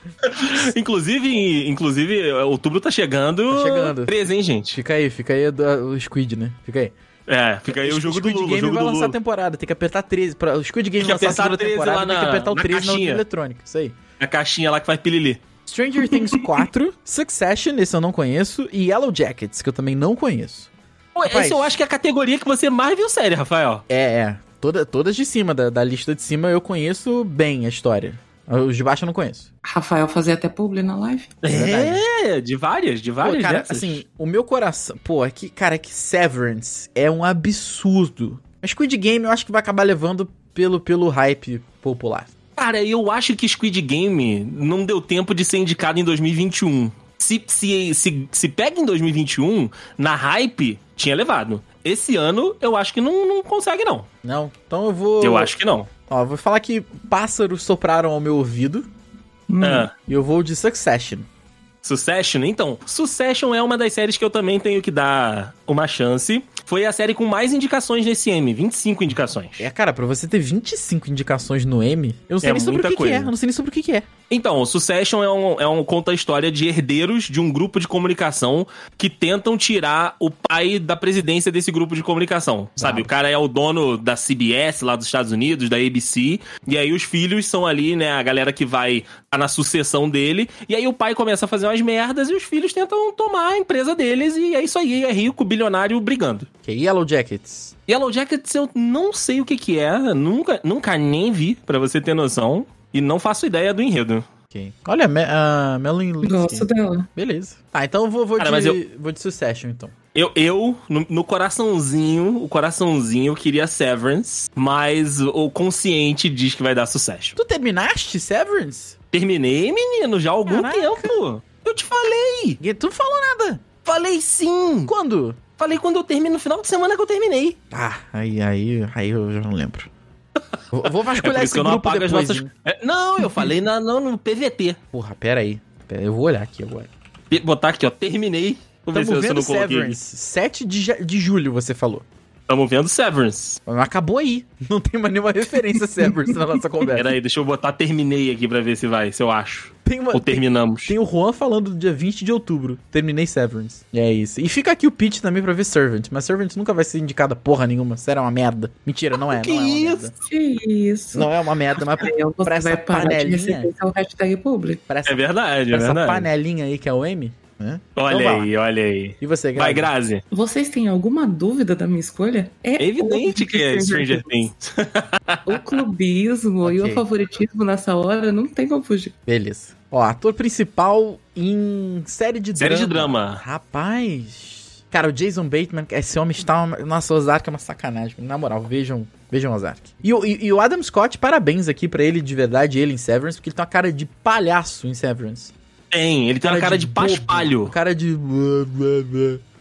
inclusive, inclusive, outubro tá chegando. Tá chegando. 13, hein, gente? Fica aí, fica aí a do- o Squid, né? Fica aí. É, fica aí o jogo Squid do Lula. Game o jogo vai do lançar a Lula. temporada, tem que apertar 13. Pra, o Squid Game Tem que lançar a apertar segunda 13 lá temporada, tem que na- apertar o na 13 na urna caixinha. eletrônica. Isso aí. A caixinha lá que faz pilili. [LAUGHS] Stranger Things 4, Succession, esse eu não conheço, e Yellow Jackets, que eu também não conheço. Pô, Rapaz. Essa eu acho que é a categoria que você mais viu série, Rafael. É, é. Toda, todas de cima, da, da lista de cima, eu conheço bem a história. Os de baixo eu não conheço. Rafael fazia até publi na live. verdade. É, de várias, de várias Pô, cara, dessas. assim, o meu coração. Pô, é que, cara, é que Severance é um absurdo. Mas Squid Game eu acho que vai acabar levando pelo, pelo hype popular. Cara, eu acho que Squid Game não deu tempo de ser indicado em 2021. Se, se, se, se pega em 2021, na hype, tinha levado. Esse ano, eu acho que não, não consegue, não. Não? Então eu vou. Eu acho que não. Ó, vou falar que pássaros sopraram ao meu ouvido. Hum, Ah, E eu vou de Succession. Succession? Então, Succession é uma das séries que eu também tenho que dar uma chance. Foi a série com mais indicações nesse M, 25 indicações. É, cara, pra você ter 25 indicações no M, eu não sei É nem sobre o muita que, que coisa. é. Eu não sei nem sobre o que, que é. Então, Succession é um, é um conta a história de herdeiros de um grupo de comunicação que tentam tirar o pai da presidência desse grupo de comunicação. Sabe? O cara é o dono da CBS lá dos Estados Unidos, da ABC, e aí os filhos são ali, né, a galera que vai tá na sucessão dele, e aí o pai começa a fazer umas merdas e os filhos tentam tomar a empresa deles e é isso aí, é rico, bilionário brigando. Que é Yellow Jackets. Yellow Jackets eu não sei o que que é, nunca, nunca nem vi, pra você ter noção, e não faço ideia do enredo. Ok. Olha, Me a Melanie Gosto Linsky. dela. Beleza. Tá, então eu vou, vou Cara, mas de, eu- vou de Succession, então. Eu, eu no, no coraçãozinho, o coraçãozinho, eu queria Severance, mas o consciente diz que vai dar sucesso. Tu terminaste Severance? Terminei, menino, já há algum Caraca. tempo. Eu te falei! E Tu não falou nada. Falei sim! Quando? Falei quando eu termino, no final de semana que eu terminei. Ah, aí, aí, aí eu já não lembro. [LAUGHS] Vou, vou É vasculhar por isso esse que eu não grupo apago depois. as nossas. hein? É, não, eu falei na, não, no PVT. Porra, pera aí. Pera, eu vou olhar aqui agora. Pe- Botar aqui, ó, terminei. Vou ver se Tamo você vendo não coloquei. Severance. 7 de, ja- de julho, você falou. Tamo vendo Severance. Mas Acabou aí. [LAUGHS] Não tem mais nenhuma referência a Severance na nossa conversa. Peraí, deixa eu botar terminei aqui pra ver se vai, se eu acho. Tem uma, Ou tem- terminamos. Tem o Juan falando do dia 20 de outubro. Terminei Severance. É isso. E fica aqui o pitch também pra ver Servant. Mas Servant nunca vai ser indicada porra nenhuma. Será uma merda. Mentira, não é. que não é uma isso? merda. Que isso. Não é uma merda, mas [LAUGHS] Aí você pra essa vai parar de panelinha. receber seu hashtag público. Pra essa, É verdade, pra é um essa verdade. panelinha aí que é o M. Né? Então Olha vai lá. aí, olha aí. E você, Gabi? Vai, Grazi. Vocês têm alguma dúvida da minha escolha? É evidente óbvio que é Stranger Things. O clubismo [LAUGHS] e Ok. o favoritismo nessa hora não tem como fugir. Beleza. Ó, ator principal em série de Série drama. de drama. Rapaz. Cara, o Jason Bateman, esse homem está. Uma... Nossa, Ozark é uma sacanagem. Na moral, vejam, vejam Ozark. E, o- e- e o Adam Scott, parabéns aqui pra ele de verdade, ele em Severance, porque ele tem uma cara de palhaço em Severance. Tem, ele tem uma cara de, bobo, paspalho. Cara de.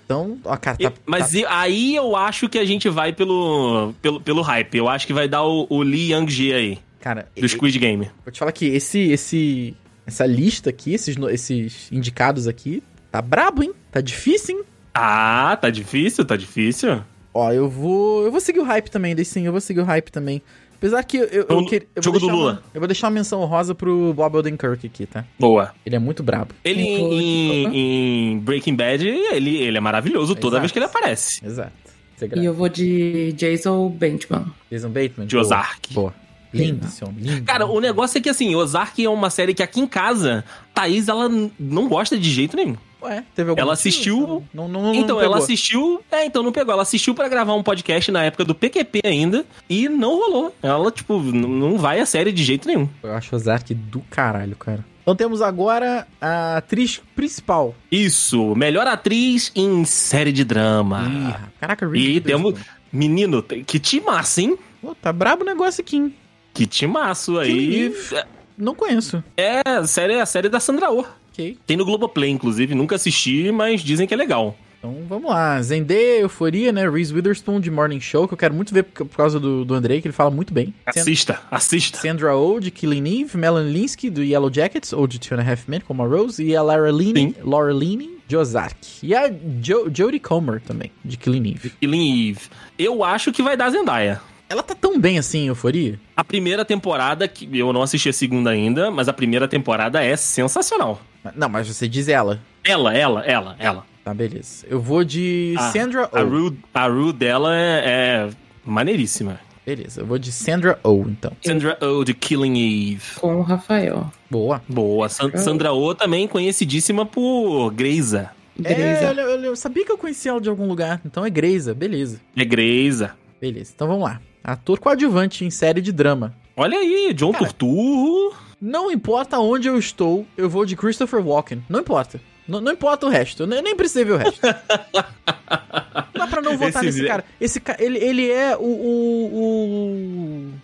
Então, ó, cara, tá. E- mas tá- e- aí eu acho que a gente vai pelo, pelo, pelo hype. Eu acho que vai dar o, o Lee Yang-ji aí, cara, do Squid Game. Vou te falar que esse, esse, essa lista aqui, esses, no- esses indicados aqui, tá brabo, hein? Tá difícil, hein? Ah, tá difícil, tá difícil. Ó, eu vou, eu vou seguir o hype também, daí sim, eu vou seguir o hype também. Apesar que eu, eu, eu, Então, que- eu jogo do deixar Lula. Uma, eu vou deixar uma menção honrosa pro Bob Odenkirk aqui, tá? Boa. Ele é muito brabo. Ele Então, em, opa. em Breaking Bad, ele, ele é maravilhoso toda Exato. vez que ele aparece. Exato. Você E grava. eu vou de Jason Bateman. Jason Bateman. De boa. Ozark. Boa. Lindo esse homem, lindo. Cara, o negócio é que assim, Ozark é uma série que aqui em casa, Thaís, ela n- não gosta de jeito nenhum. Ué, teve algum motivo? Ela assistiu- Não, não, não, Então, não ela pegou. assistiu. É, então não pegou. Ela assistiu pra gravar um podcast na época do PQP ainda e não rolou. Ela, tipo, n- não vai a série de jeito nenhum. Eu acho Ozark do caralho, cara. Então temos agora a atriz principal. Isso, melhor atriz em série de Ih, drama. ra- caraca, Ah. e Witherspoon. temos. Menino, tem- que timaço, hein? Pô, tá brabo o negócio aqui, hein? Que timaço aí. livro. Não conheço. É, a série, a série da Sandra Oh. Ok. Tem no Globoplay, inclusive. Nunca assisti, mas dizem que é legal. Então vamos lá. Zendaya, Euforia, né? Reese Witherspoon de Morning Show, que eu quero muito ver por, por causa do, do Andrei, que ele fala muito bem. Sand- Assista, assista. Sandra Oh de Killing Eve, Melanie Linsky do Yellow Jackets, ou de Two and a Half Men, como a Rose, e a Lara Linney, Laura Linney de Ozark. E a jo Jodie Comer também, de Killing Eve. Killing Eve. Eu acho que vai dar Zendaya. Ela tá tão bem assim em Euforia? A primeira temporada, que eu não assisti a segunda ainda, mas a primeira temporada é sensacional. Não, mas você diz ela. Ela, ela, ela, ela. Tá, beleza. Eu vou de Ah, Sandra A Oh. Rue, a Rue dela é, é maneiríssima. Beleza, eu vou de Sandra Oh, então. Sandra Oh de Killing Eve. Com o Rafael. Boa. Boa. San- Sandra Oh também conhecidíssima por Greisa. É, Grey's eu, eu- eu sabia que eu conhecia ela de algum lugar. Então é Greisa, beleza. É Greisa. Beleza, então vamos lá. Ator coadjuvante em série de drama. Olha aí, John Cara. Turturro. Não importa onde eu estou, eu vou de Christopher Walken. Não importa. N- não importa o resto. Eu nem, eu nem precisei ver o [LAUGHS] resto. Não dá pra não votar Esse nesse vi- cara. Esse cara, ele, ele é o. O.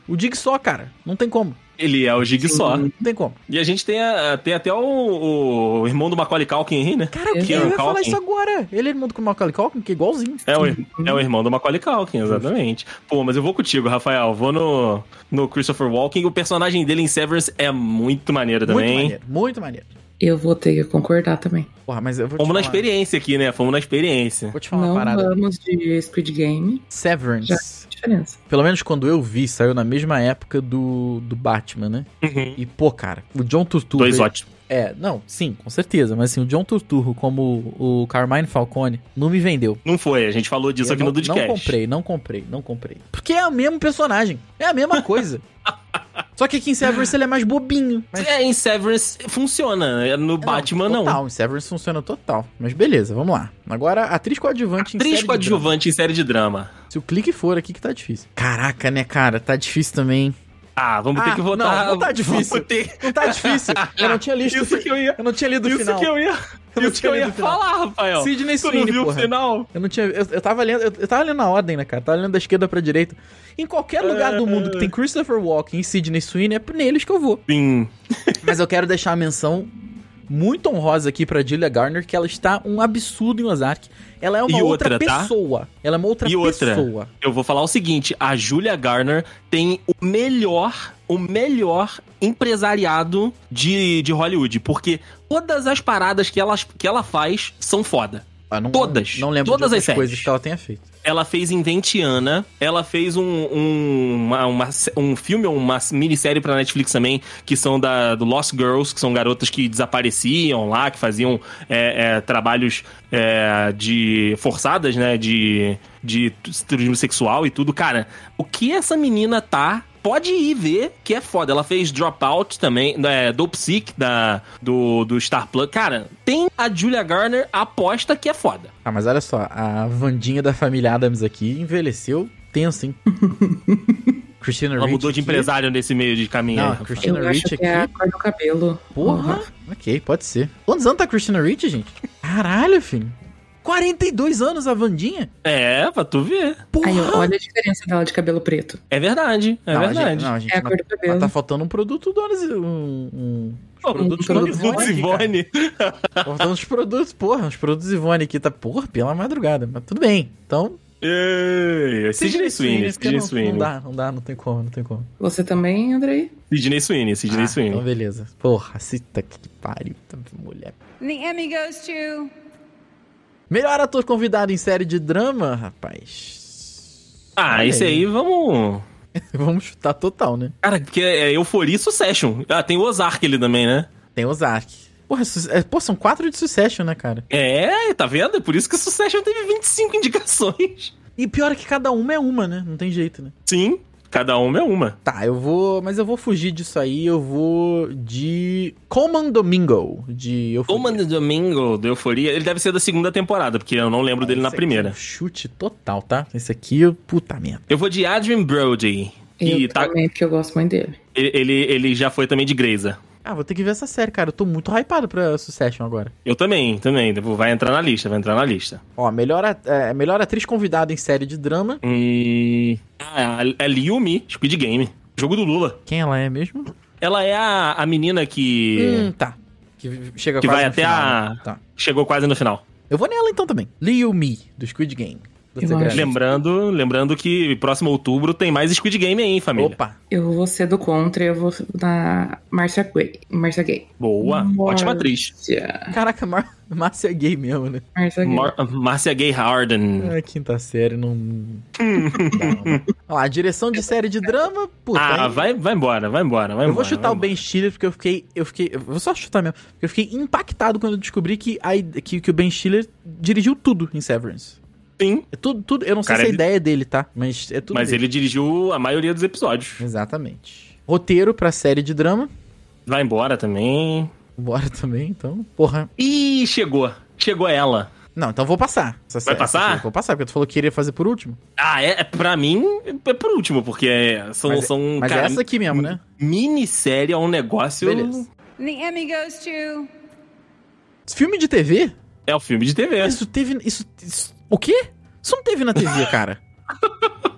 O, o Jigsaw, cara. Não tem como. Ele é o Jigsaw. Sim. Não tem como. E a gente tem, a- tem até o, o irmão do Macaulay Culkin aí, né? Cara, eu, Sim. eu ia falar Culkin. isso agora. Ele é irmão do Macaulay Culkin, que é igualzinho. É o, é o irmão do Macaulay Culkin, exatamente. Pô, mas eu vou contigo, Rafael. Vou no, no Christopher Walken. O personagem dele em Severance é muito maneiro Muito também. maneiro, muito maneiro. Eu vou ter que concordar também. Porra, mas eu vou te Fomos na falar. experiência aqui, né? Fomos na experiência. Vou te falar Não É uma parada. vamos de Squid Game. Severance. Já. Diferença. Pelo menos quando eu vi, saiu na mesma época do, do Batman, né? Uhum. E, pô, cara, o John Turturro... Dois ele- ótimos. É, não, sim, com certeza. Mas, assim, o John Turturro como o Carmine Falcone não me vendeu. Não foi, a gente falou disso Eu aqui não, no Dudcast. Não comprei, não comprei, não comprei. Porque é o mesmo personagem, é a mesma [LAUGHS] coisa. Só que aqui em Severance ele é mais bobinho. Mas... É, em Severance funciona. né? No [LAUGHS] Batman, não. Total, em Severance funciona total. Mas beleza, vamos lá. Agora, atriz coadjuvante em série Atriz de coadjuvante em série de drama. drama. Se o clique for aqui que tá difícil. Caraca, né, cara? Tá difícil também. Ah, vamos Ah, ter que votar. não, não tá difícil. [LAUGHS] Vamos ter- Ah, Não tá difícil. Eu não tinha listo. Isso que eu ia. Eu não tinha lido o Isso final. que eu Eu ia. não Isso que eu tinha ia lido o final. falar, Rafael. Sidney Tu não Sweeney, viu o porra. final? Eu não tinha. Eu, eu tava lendo. Eu, eu tava lendo na ordem, né, cara? Tava lendo da esquerda pra direita. Em qualquer lugar do mundo que tem Christopher Walken e Sidney Sweeney, é neles que eu vou. Sim. Mas eu quero deixar a menção muito honrosa aqui pra Julia Garner, que ela está um absurdo em Ozark. Ela é uma E outra, outra, tá? pessoa. Ela é uma outra E outra. pessoa. Eu vou falar o seguinte: a Julia Garner tem o melhor, o melhor empresariado de, de Hollywood. Porque todas as paradas que ela, que ela faz são foda. Ah, não- Todas. Não lembro Todas de as outras séries. coisas que ela tenha feito. Ela fez Inventiana, ela fez um, um, uma- uma- um filme ou uma minissérie pra Netflix também, que são da, do Lost Girls, que são garotas que desapareciam lá, que faziam é, é, trabalhos é, de forçadas, né? De, de turismo sexual e tudo. Cara, o que essa menina tá. Pode ir ver, que é foda. Ela fez Dropout também, é, Dope Sick, da, do, do Star Plus. Cara, tem a Julia Garner, aposta que é foda. Ah, mas olha só, a Vandinha da família Adams aqui envelheceu tenso, [LAUGHS] hein? Christina Ela Ricci mudou de aqui. empresário nesse meio de caminho. Não, aí, a Rafa. Christina Eu acho Ricci que é a aqui. cor do cabelo. Uhum. Porra! Ok, pode ser. Quantos anos tá a Christina Ricci, gente? Caralho, filho. 42 anos a Vandinha? É, pra tu ver. Porra! Aí, ó, olha a diferença dela de cabelo preto. É verdade, é Não, a gente- verdade. não, a gente É a não- cor do mas cabelo. tá faltando um produto do Anis- um, um, Pô, produtos um Lu- produto Ivone, Lu- Ivone. cara. Tá faltando os produtos, porra, os produtos Ivone aqui tá, porra, pela madrugada, mas tudo bem. Então, Ei, Sidney Sweeney, porque não- Sidney Não Sweeney. dá, não dá, não tem como, não tem como. Você também, Andrei? Sidney Sweeney, Ah, Sidney Então, Sweeney. beleza. Porra, cita que pariu, tá, mulher. And the Emmy goes to Melhor ator convidado em série de drama, rapaz. [LAUGHS] Ah, Olha esse aí, vamos... Vamos chutar total, né? Cara, porque é Euforia e Succession. Ah, tem o Ozark ali também, né? Tem Ozark. Porra, su- é, pô, são quatro de Succession, né, cara? É, tá vendo? É por isso que o Succession teve 25 indicações. [LAUGHS] E pior é que cada uma é uma, né? Não tem jeito, né? Sim, cada uma é uma. Tá, eu vou. Mas eu vou fugir disso aí. Eu vou de. Coleman Domingo. De. Eu Uma do Domingo, do Euforia, ele deve ser da segunda temporada, porque eu não Ah, lembro dele na primeira. é um chute total, tá? Esse aqui, eu- puta merda. Eu vou de Adrian Brody. Eu E tá, também, porque eu gosto muito dele. ele, ele já foi também de Greysa. Ah, vou ter que ver essa série, cara. Eu tô muito hypado pra Succession agora. Eu também, também. Vai entrar na lista, vai entrar na lista. Ó, melhor, at- é, melhor atriz convidada em série de drama. Hum. Ah, é Liumi, Squid Game. Jogo do Lula. Quem ela é mesmo? Ela é a, a menina que Hum, tá. Que chega Que quase vai no até final, a- né? Tá. chegou quase no final. Eu vou nela então também. Liu Mi, do Squid Game. Eu Você acho. grava. Lembrando, lembrando que próximo outubro tem mais Squid Game aí, hein, família. Opa, Eu vou ser do contra, eu vou na Marcia Gay. Marcia Gay. Boa, ótima Márcia. atriz. caraca, Mar Márcia é gay mesmo, né? Marcia Gay. Mar- Márcia Gay Harden. É, quinta série, não. Dá, não dá. Olha lá, direção de série de drama, puta. Ah, hein? vai, vai embora, vai embora, vai embora. Eu vou chutar vai o Ben Stiller porque eu fiquei, eu fiquei, eu vou só chutar mesmo. Porque eu fiquei impactado quando eu descobri que, a, ide- que, que o Ben Stiller dirigiu tudo em Severance. embora. Sim, É tudo, tudo. Eu não sei Cara, se a ele- ideia é dele, tá? Mas é tudo. mas dele. ele dirigiu a maioria dos episódios. Exatamente. Roteiro pra série de drama. Vai embora também. Bora também, então. Porra. Ih, chegou. Chegou ela. Não, então vou passar. Essa série- passar? essa aqui. Vou passar, porque tu falou que queria fazer por último. Ah, é, é- pra mim, é por último, porque é- são. Mas é- são Mas cara, é essa aqui mesmo, né? Minissérie é um negócio. Beleza. and the Emmy goes to Filme de TV? É o filme de TV. [LAUGHS] Isso teve. Isso, isso- O quê? Isso não teve na TV, cara.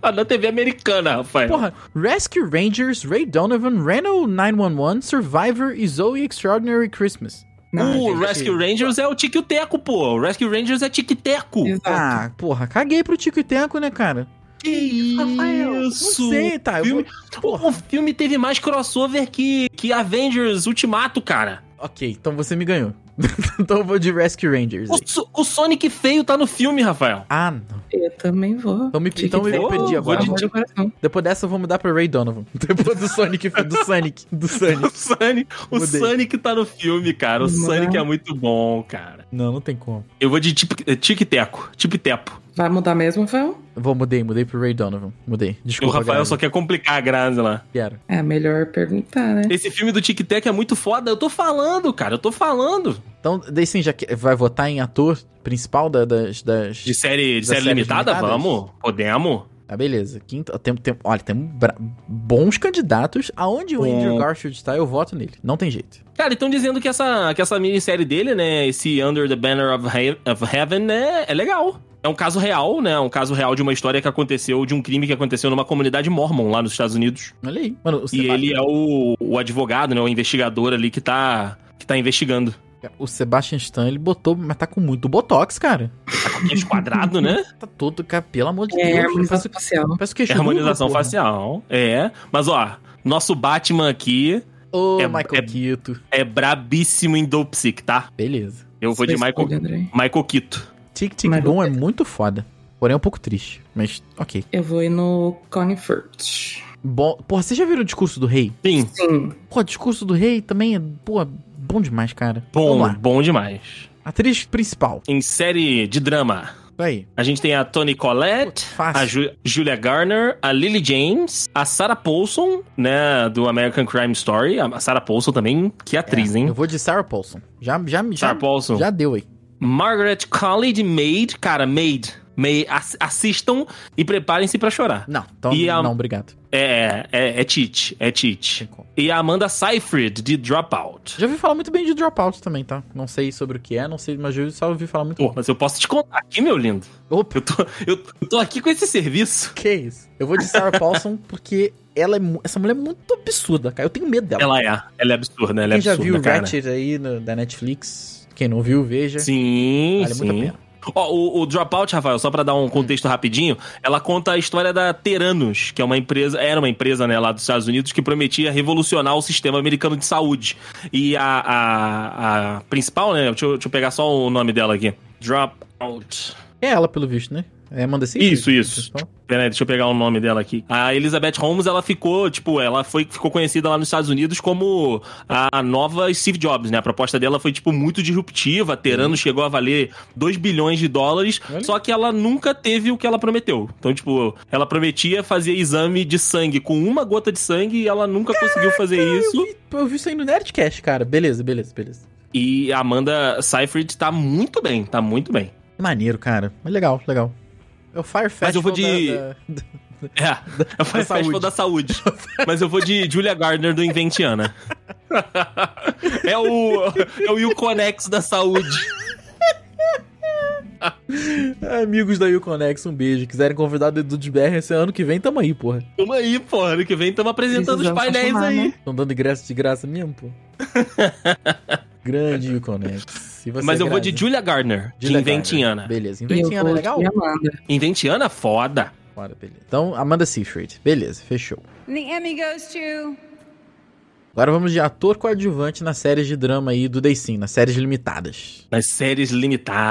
na TV americana, Rafael. Porra, Rescue Rangers, Ray Donovan, Reno 911, Survivor e Zoe Extraordinary Christmas. o gente, Rescue Rangers é o Tiquiteco, pô. O Rescue Rangers é Tiquiteco. Exato. Ah, porra, caguei pro Tico e Teco, né, cara? Que Rafael, não isso? sei, tá, eu O filme, vou- o filme teve mais crossover que, que Avengers Ultimato, cara. Ok, então você me ganhou. [LAUGHS] então eu vou de Rescue Rangers. O, aí. So- o Sonic feio tá no filme, Rafael. [LAUGHS] Ah, não. Eu também vou. Então me- então me- eu perdi agora. um Amor do coração. Depois dessa eu vou mudar pra Ray Donovan. [LAUGHS] Depois do Sonic, do Sonic, do O Sonic. Sonic, o Mudei. Sonic tá no filme, cara. O Não. Sonic é muito bom, cara. Não, não tem como. Eu vou de tip- eh, Tic-Teco, Tip-Tepo. Vai mudar mesmo, Rafael? Vou, mudei, mudei pro Ray Donovan. Mudei. O Desculpa, Rafael galera. só quer complicar a Grazi lá. Quero. É melhor perguntar, né? Esse filme do Tic Tac é muito foda. Eu tô falando, cara. Eu tô falando. Então, daí sim, já que vai votar em ator principal da- das... das... De série, de Da série série limitada? limitada? Vamos. Podemos. Ah, beleza. Quinta, tem, tem, olha, temos bra- bons candidatos. Aonde o É. Andrew Garfield tá, eu voto nele. Não tem jeito. Cara, estão dizendo que essa, que essa minissérie dele, né? Esse Under the Banner of, He- of Heaven, né? É legal. É um caso real, né? Um caso real de uma história que aconteceu, de um crime que aconteceu numa comunidade mormon lá nos Estados Unidos. Olha aí. Mano, o, E Seba- ele é o, o advogado, né? O investigador ali que tá, que tá investigando. o Sebastian Stan, ele botou, mas tá com muito botox, cara. Tá Esquadrado, né? Tá todo, cara, pelo amor de É, Deus. ele harmonização Parece, espacial. parece o queixo É harmonização duplo, porra. facial. É. Mas, ó, nosso Batman aqui Ô, É- Michael é- Keaton. é brabíssimo em Dopesick, tá? Beleza. Eu vou de Sua Michael, escolha, Andrei. Michael Quito. Tic Tic Mas- Boom é muito foda. Porém, é um pouco triste. Mas, ok. Eu vou ir no Colin Firth. Bom, porra, vocês já viram o discurso do rei? Sim, Sim. Porra, o discurso do rei também é, pô, bom demais, cara. Vamos bom, lá. bom demais. Atriz principal. Em série de drama, Isso aí. a gente tem a Toni Collette, Pô, fácil. a Ju- Julia Garner, a Lily James, a Sarah Paulson, né, do American Crime Story. A Sarah Paulson também, que atriz, É, hein? Eu vou de Sarah Paulson. Já, já, já, Sarah Paulson. já deu aí. Margaret Colley de Maid. Cara, Maid. Maid ass- assistam e preparem-se pra chorar. Não, então E a- não, obrigado. É, é, é cheat, é Tem cheat. como. E a Amanda Seyfried de Dropout. Já ouvi falar muito bem de Dropout também, tá? Não sei sobre o que é, não sei, mas eu só ouvi falar muito. Pô, mas eu posso te contar aqui, meu lindo. Opa, Eu tô, eu tô aqui com esse serviço. que isso? Eu vou de [LAUGHS] Sarah Paulson porque ela é mu- essa mulher é muito absurda, cara. Eu tenho medo dela. Ela é, ela é absurda, ela é Quem já absurda, viu o cara. Ratchet aí no- da Netflix, quem não viu, veja. Sim, vale muito a sim. pena. Ó, o, o Dropout, Rafael, só pra dar um contexto rapidinho, ela conta a história da Teranos, que é uma empresa, era uma empresa, né, lá dos Estados Unidos, que prometia revolucionar o sistema americano de saúde. E a, a, a principal, né, deixa eu, deixa eu pegar só o nome dela aqui. Dropout. É ela, pelo visto, né? É Amanda Seyfried? Isso, isso. Então, Peraí, deixa eu pegar o nome dela aqui. A Elizabeth Holmes, ela ficou, tipo, ela foi, ficou conhecida lá nos Estados Unidos como a nova Steve Jobs, né? A proposta dela foi, tipo, muito disruptiva. A Terano chegou a valer 2 bilhões de dólares, Olha. só que ela nunca teve o que ela prometeu. Então, tipo, ela prometia fazer exame de sangue com uma gota de sangue e ela nunca conseguiu fazer isso. Eu vi, eu vi isso aí no Nerdcast, cara. Beleza, beleza, beleza. E a Amanda Seyfried tá muito bem, tá muito bem. Maneiro, cara. Mas Legal, legal. É o Fire Festival eu vou de- da- da- É, eu falei saúde. Festival da [LAUGHS] Saúde. Mas eu vou de Julia Gardner do Inventiana. [LAUGHS] É o, é o Uconex da saúde. Amigos da [LAUGHS] Uconex, um beijo. Quiserem convidar o Dudu de BR esse ano que vem, tamo aí, porra. Tamo aí, porra. Ano que vem tamo apresentando os Precisamos painéis chamar, aí. né? Estão dando ingresso de graça mesmo, [LAUGHS] pô. Grande Uconex. Se você Mas eu é vou grave, de Julia Gardner, de Julia Inventiana. Garner. né? Beleza, Eu Inventiana vou é de legal? Amanda. Inventiana, foda. Bora, beleza. Então, Amanda Seyfried. Beleza, fechou. And the Emmy goes to Agora vamos de ator coadjuvante nas séries de drama aí do Daysim, nas séries limitadas. Nas séries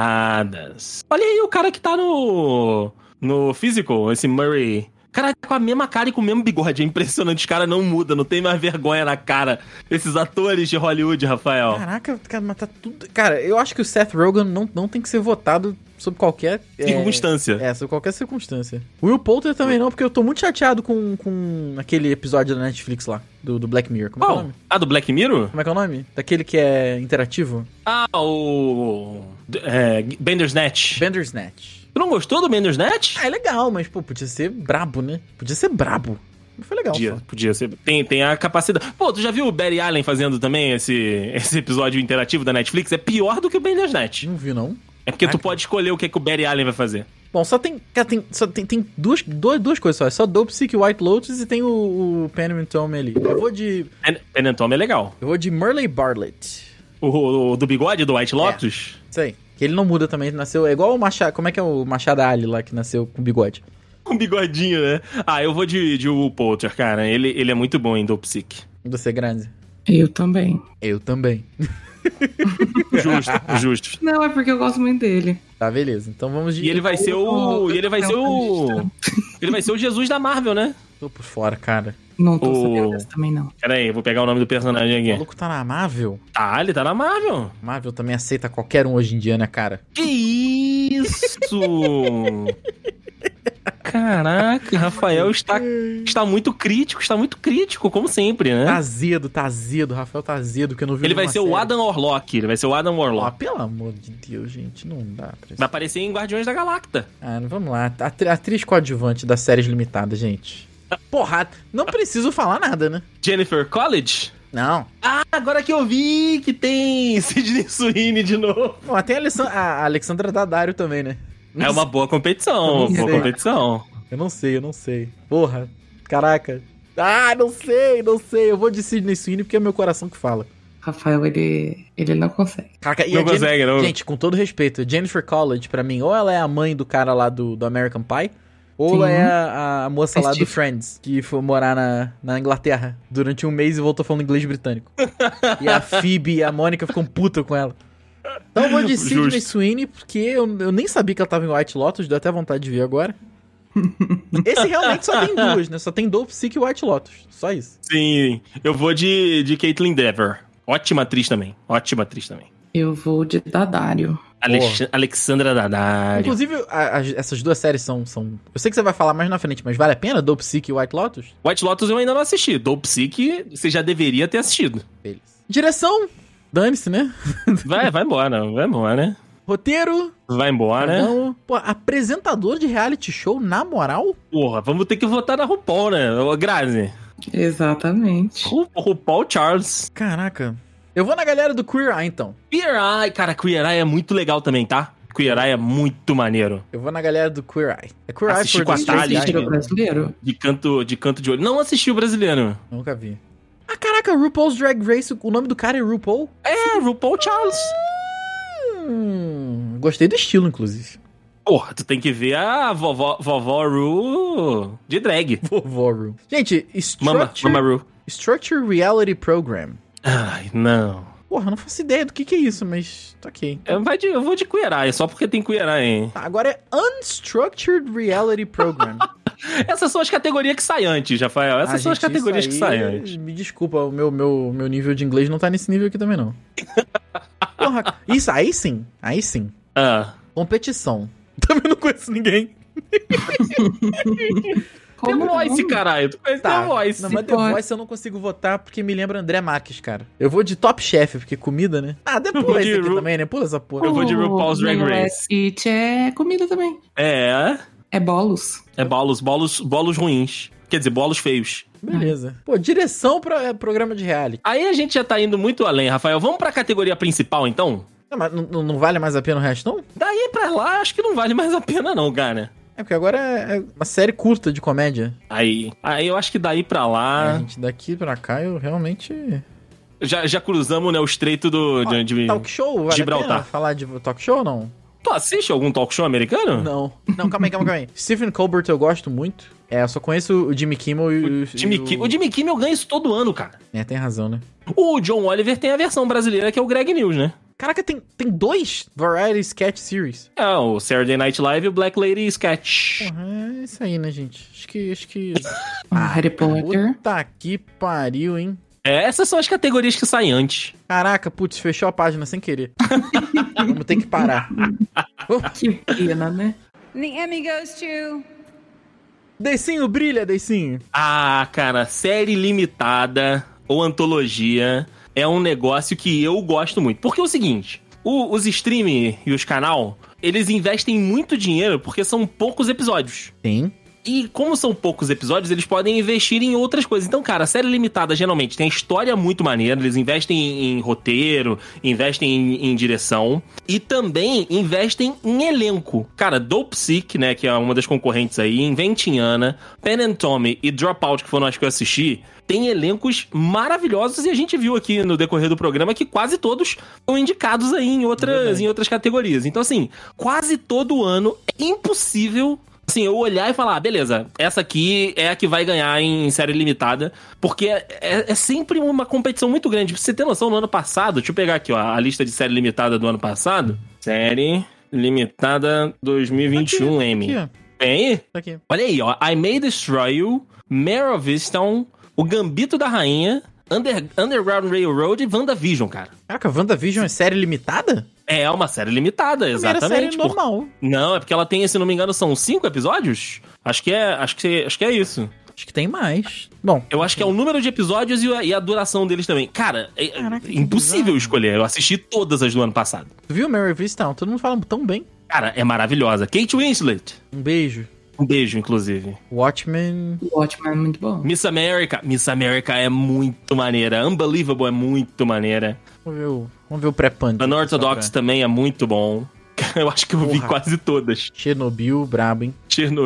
limitadas. Olha aí o cara que tá no. No Physical, esse Murray. Cara, tá com a mesma cara e com o mesmo bigode. É impressionante. Os caras não mudam, não tem mais vergonha na cara. Esses atores de Hollywood, Rafael. Caraca, cara, mas tá tudo... Cara, eu acho que o Seth Rogen não, não tem que ser votado sob qualquer... é, Circunstância. É, sob qualquer circunstância. Will Poulter também não, porque eu tô muito chateado com, com aquele episódio da Netflix lá, do, do Black Mirror. Como é, que é o Qual? nome? Ah, do Black Mirror? Como é que é o nome? Daquele que é interativo? Ah, o. d- É, Bandersnatch. Bandersnatch. Tu não gostou do Bandersnatch? Ah, é legal, mas, pô, podia ser brabo, né? Podia ser brabo. Mas foi legal, Podia, pô. podia ser. Tem, tem a capacidade. Pô, tu já viu o Barry Allen fazendo também esse, esse episódio interativo da Netflix? É pior do que o Bandersnatch. Não viu, não? É porque tu Caraca. pode escolher o que, é que o Barry Allen vai fazer. Bom, só tem. Cara, tem, só tem, tem duas, duas, duas coisas só. É só Dope Sick White Lotus e tem o, o Penman Tome ali. Eu vou de. Pen, Pen and Tom é legal. Eu vou de Merle Bartlett. O, o- o do bigode, do White [LAUGHS] Lotus? Isso aí. Que ele não muda também, ele nasceu. É igual o Machado. Como é que é o Machado Ali lá que nasceu com bigode? Com bigodinho, né? Ah, eu vou de, de Will Poulter, cara. Ele, ele é muito bom em [LAUGHS] Dopesick. Você grande. Eu também. Um Eu também. Justo, justo. Não, é porque eu gosto muito dele. Tá, beleza. Então vamos de. E ele vai ser o. E ele vai ser o. Ele vai ser o Jesus da Marvel, né? Tô por fora, cara. Não tô O- sabendo dessa também, não. Pera aí, eu vou pegar o nome do personagem O aqui. maluco tá na Marvel. Ah, ele tá na Marvel. Marvel também aceita qualquer um hoje em dia, né, cara? Que isso! Caraca, Rafael está, está muito crítico, está muito crítico, como sempre, Tá né? azedo, tá azedo. Rafael tá azedo, que eu não vi Ele vai nenhuma ser série. o Adam Orlock, ele vai ser o Adam Ah, Orlock. pelo amor de Deus, gente, não dá pra isso. Vai aparecer em Guardiões da Galacta. Ah, não- vamos lá. Atri- atriz coadjuvante das séries limitadas, gente. Porra, não preciso falar nada, né? Jennifer College? Não. Ah, agora que eu vi que tem Sidney Sweeney de novo. Bom, até a, Alessan- a Alexandra Daddario também, né? É uma boa competição, Não sei. boa competição. Eu não sei, eu não sei. Porra, caraca. Ah, não sei, não sei. Eu vou de Sidney Sweeney porque é meu coração que fala. Rafael, ele, ele não consegue. Caraca, e a Não Jennifer- consegue, não. Gente, com todo respeito, Jennifer College, pra mim, ou ela é a mãe do cara lá do, do American Pie, ou Sim. ela é a, a moça lá do Steve. Friends, que foi morar na, na Inglaterra durante um mês e voltou falando inglês britânico. e a Phoebe e a Mônica ficam puta com ela. Então eu vou de Sidney Justo. Sweeney, porque eu, eu nem sabia que ela tava em White Lotus, deu até vontade de ver agora. Esse realmente só tem duas, né? Só tem Dope Sick e White Lotus. Só isso. Sim, eu vou de, de Caitlyn Dever. Ótima atriz também, ótima atriz também. Eu vou de Dadário. Alex- Alexandra Daddario. Inclusive, a- a- essas duas séries são, são. Eu sei que você vai falar mais na frente, mas vale a pena Dope Sick e White Lotus? White Lotus eu ainda não assisti. Dope Sick, você já deveria ter assistido. Direção, dane-se, né? Vai, vai embora, vai embora, né? Roteiro, Vai embora, né? não. Pô, apresentador de reality show, na moral? Porra, vamos ter que votar na RuPaul, né? Ô, Grazi. Exatamente. Ru- RuPaul Charles. Caraca. Eu vou na galera do Queer Eye, então. Queer Eye, cara, Queer Eye é muito legal também, tá? Queer Eye é muito maneiro. Eu vou na galera do Queer Eye. É Queer Assisti Eye com né? a the Thalia, Straight Assistiu hein? Guy. o brasileiro? De canto de, canto de olho. Não assisti o brasileiro. Nunca vi. Ah, caraca, RuPaul's Drag Race, o nome do cara é RuPaul? É, RuPaul Charles. Hum, gostei do estilo, inclusive. Porra, tu tem que ver a vovó, vovó Ru de drag. [LAUGHS] Vovó Ru. Gente, Mama, Structure, Mama Ru. Structure Reality Program. Ai, não. Porra, eu não faço ideia do que que é isso, mas tá ok. Eu, vai de- eu vou de Queer Eye, só porque tem Queer Eye, hein? Tá, agora é Unstructured Reality Program. Essas são as categorias que saem antes, Rafael. Essas Ah, são as gente, categorias isso que aí, saem antes. Me desculpa, o meu, meu, meu nível de inglês não tá nesse nível aqui também, não. Porra, isso, aí sim, aí sim. Ah, Competição. [LAUGHS] Também não conheço ninguém. The Como Voice, não? caralho. Tu conhece The Voice. Tá. Não, mas The Pode. Voice eu não consigo votar porque me lembra André Marques, cara. Eu vou de Top Chef, porque comida, né? Ah, vou depois esse de aqui Ru- também, né? Pula essa porra. Eu vou de O RuPaul's Drag Lilo Race. It é comida também. É, É bolos. é bolos, bolos, bolos ruins. Quer dizer, bolos feios. Beleza. Pô, direção pra é, programa de reality. Aí a gente já tá indo muito além, Rafael. Vamos pra categoria principal, então? Não, mas não, não vale mais a pena o resto, não? Daí pra lá, acho que não vale mais a pena, não, cara. É porque agora é é uma série curta de comédia. Aí, aí eu acho que daí pra A lá. gente, daqui pra cá eu realmente... Já, já cruzamos, né, o estreito do. Ó, tá de, de- Talk show? Vale Gibraltar. a pena falar de talk show ou não? Tu assiste algum talk show americano? Não. Não, calma aí, calma aí, calma aí. Stephen Colbert eu gosto muito. É, eu só conheço o Jimmy Kimmel e o... Jimmy e o... Kim- O Jimmy Kimmel ganha isso todo ano, cara. É, tem razão, né? O John Oliver tem a versão brasileira que é o Greg News, né? Caraca, tem, tem dois Variety Sketch Series. É, o Saturday Night Live e o Black Lady Sketch. Porra, é isso aí, né, gente? Acho que... Acho que... Ah, Harry Potter. Puta que pariu, hein? É, essas são as categorias que saem antes. Caraca, putz, fechou a página sem querer. Vamos ter que parar. Que pena, né? And the Emmy goes to. Deicinho, brilha, Deicinho. Ah, cara, série limitada ou antologia é um negócio que eu gosto muito. Porque é o seguinte, o- os streaming e os canal, eles investem muito dinheiro porque são poucos episódios. Sim. E como são poucos episódios, eles podem investir em outras coisas. Então, cara, a série limitada geralmente tem história muito maneira, eles investem em, em roteiro, investem em, em direção e também investem em elenco. Cara, Dope Sick, né, que é uma das concorrentes aí, Inventiana, Pen and Tommy e Dropout, que foram as que eu assisti, tem elencos maravilhosos e a gente viu aqui no decorrer do programa que quase todos são indicados aí em outras, em outras categorias. Então, assim, quase todo ano é impossível assim, eu olhar e falar, ah, beleza, essa aqui é a que vai ganhar em série limitada, porque é, é- é sempre uma competição muito grande. Pra você ter noção, no ano passado, deixa eu pegar aqui, ó, a lista de série limitada do ano passado. Série limitada 2021, M. tá Aqui, ó. Tem aí? Tá aqui. Olha aí, ó. I May Destroy You, Mare of Easttown, O Gambito da Rainha, Under- Underground Railroad e WandaVision, cara. Caraca, WandaVision é série limitada? É uma série limitada, Primeira exatamente. série por- normal. Não, é porque ela tem, se não me engano, são cinco episódios? Acho que é, acho que, acho que é isso. Acho que tem mais. Bom, Eu acho que é o número de episódios e a, e a duração deles também. Cara, é é Caraca, que impossível bizarro. escolher. Eu assisti todas as do ano passado. tu viu Mary Vistown? Todo mundo fala tão bem. Cara, é maravilhosa. Kate Winslet. Um beijo. Um beijo, inclusive. Watchmen. Ótimo, é muito bom. Miss America. Miss America é muito maneira. Unbelievable é muito maneira. Vamos ver o, vamos ver o pré-pânico. Unorthodox também é muito bom. [LAUGHS] Eu acho que eu vi Porra. quase todas. Chernobyl, brabo, hein?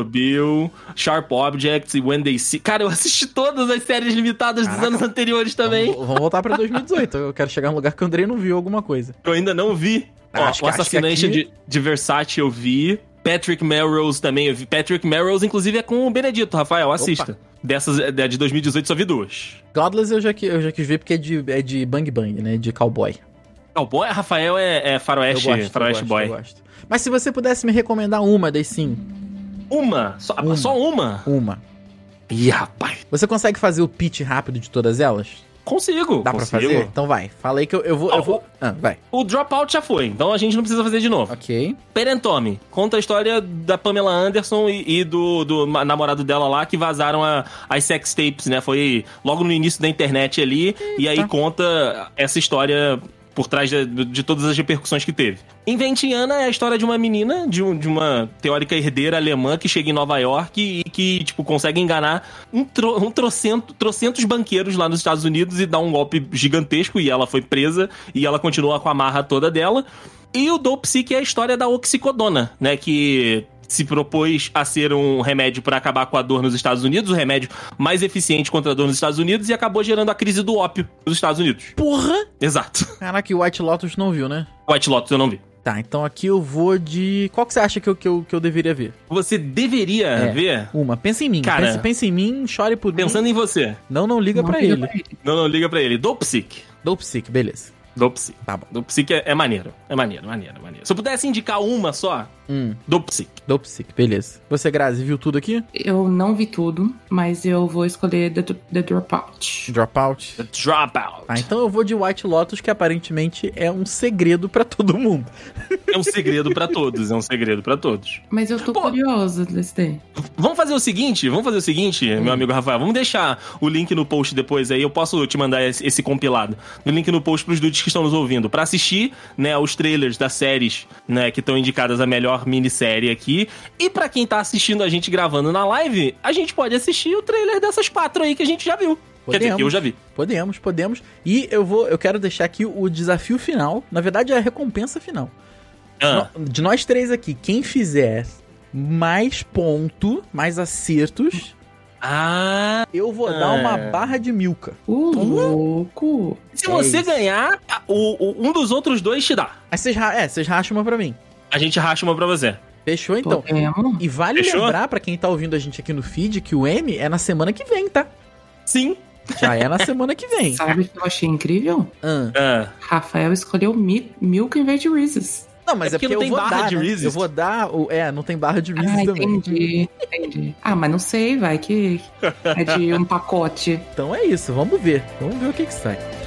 Chernobyl, Sharp Objects e When They See. Cara, eu assisti todas as séries limitadas dos anos anteriores também. Vamos, vamos voltar pra 2018. Eu quero chegar num lugar que o Andrei não viu alguma coisa. Eu ainda não vi. Ó, Ah, Acho que- o acho que Assassination aqui- de, de Versace eu vi. Patrick Melrose também eu vi. Patrick Melrose, inclusive, é com o Benedito, Rafael, assista. Dessas, é, de 2018, só vi duas. Godless eu já, qui- eu já quis ver porque é de, é de Bang Bang, né? De cowboy. Não, bom, é- Rafael é, é Eu faroeste, gosto, eu faroeste gosto, boy. eu gosto. Mas se você pudesse me recomendar uma das sim, Uma? Só Uma. uma? Só uma? uma. Ih, rapaz. Você consegue fazer o pitch rápido de todas elas? Consigo. Dá pra consigo. fazer? Então vai. Fala aí que eu, eu vou. Ó, Eu vou... Ah, vai. O Dropout já foi, então a gente não precisa fazer de novo. Ok. Perentome, conta a história da Pamela Anderson e, e do, do ma- namorado dela lá que vazaram a- as sex tapes, né? Foi logo no início da internet ali. E aí conta essa história por trás de, de todas as repercussões que teve. Inventiana é a história de uma menina, de, um- de uma teórica herdeira alemã que chega em Nova York e que, tipo, consegue enganar um, tro, um trocento, trocentos banqueiros lá nos Estados Unidos e dá um golpe gigantesco e ela foi presa e ela continua com a marra toda dela. E o Dope Sick é a história da oxicodona, né? Que se propôs a ser um remédio para acabar com a dor nos Estados Unidos, o remédio mais eficiente contra a dor nos Estados Unidos e acabou gerando a crise do ópio nos Estados Unidos. Porra! Exato. [LAUGHS] Caraca, e o White Lotus não viu, né? White Lotus eu não vi. Tá, então aqui eu vou de. Qual que você acha que eu, que eu, que eu deveria ver? Você deveria É. ver Uma. Pensa em mim. Cara. Pensa, pensa em mim, chore por mim. pensando em você. Não, não liga Não pra liga ele. pra ele. Não, não liga pra ele. Dope Sick. Dope Sick, beleza. Dope Sick. Tá bom. Dope Sick é, é maneiro. É maneiro, maneiro, maneiro. Se eu pudesse indicar uma só, Hum, Dope Sick. Dope Sick, beleza. Você, Grazi, viu tudo aqui? Eu não vi tudo, mas eu vou escolher The, The Dropout. Dropout. The Dropout. Tá, então eu vou de White Lotus, que aparentemente é um segredo pra [LAUGHS] todo mundo. É um segredo pra todos, é um segredo pra todos. Mas eu tô Pô. curiosa desse daí. Vamos fazer o seguinte, vamos fazer o seguinte, Hum. meu amigo Rafael, vamos deixar o link no post depois aí, eu posso te mandar esse, esse compilado. No link no post pros dudes que estão nos ouvindo, Pra assistir, né, os trailers das séries, né, que estão indicadas a melhor minissérie aqui. E pra quem tá assistindo a gente gravando na live, a gente pode assistir o trailer dessas quatro aí que a gente já viu. Quer dizer, Podemos. que eu já vi. Podemos, podemos. E eu vou, eu quero deixar aqui o desafio final, na verdade é a recompensa final. Ah, No- De nós três aqui, quem fizer mais ponto, mais acertos, Ah, eu vou dar É. uma barra de milka. Uh, louco! se É você isso. ganhar, a- o- o- um dos outros dois te dá. Aí vocês, ra- é, vocês racham uma pra mim. A gente racha uma pra você. Fechou então? Podemos? E vale Fechou? lembrar pra quem tá ouvindo a gente aqui no feed que o M é na semana que vem, tá? Sim. Já é na semana que [LAUGHS] vem. Sabe o que eu achei incrível? Ahn. Ah, Rafael escolheu Mi- Milk em vez de Reese's. Não, mas é, É porque porque, não eu tem vou barra dar, de né? Reese's. Eu vou dar, o- é, não tem barra de Reese's Ah, também. entendi, entendi. Ah, mas não sei, vai que é de um pacote. Então é isso, vamos ver. Vamos ver o que que sai.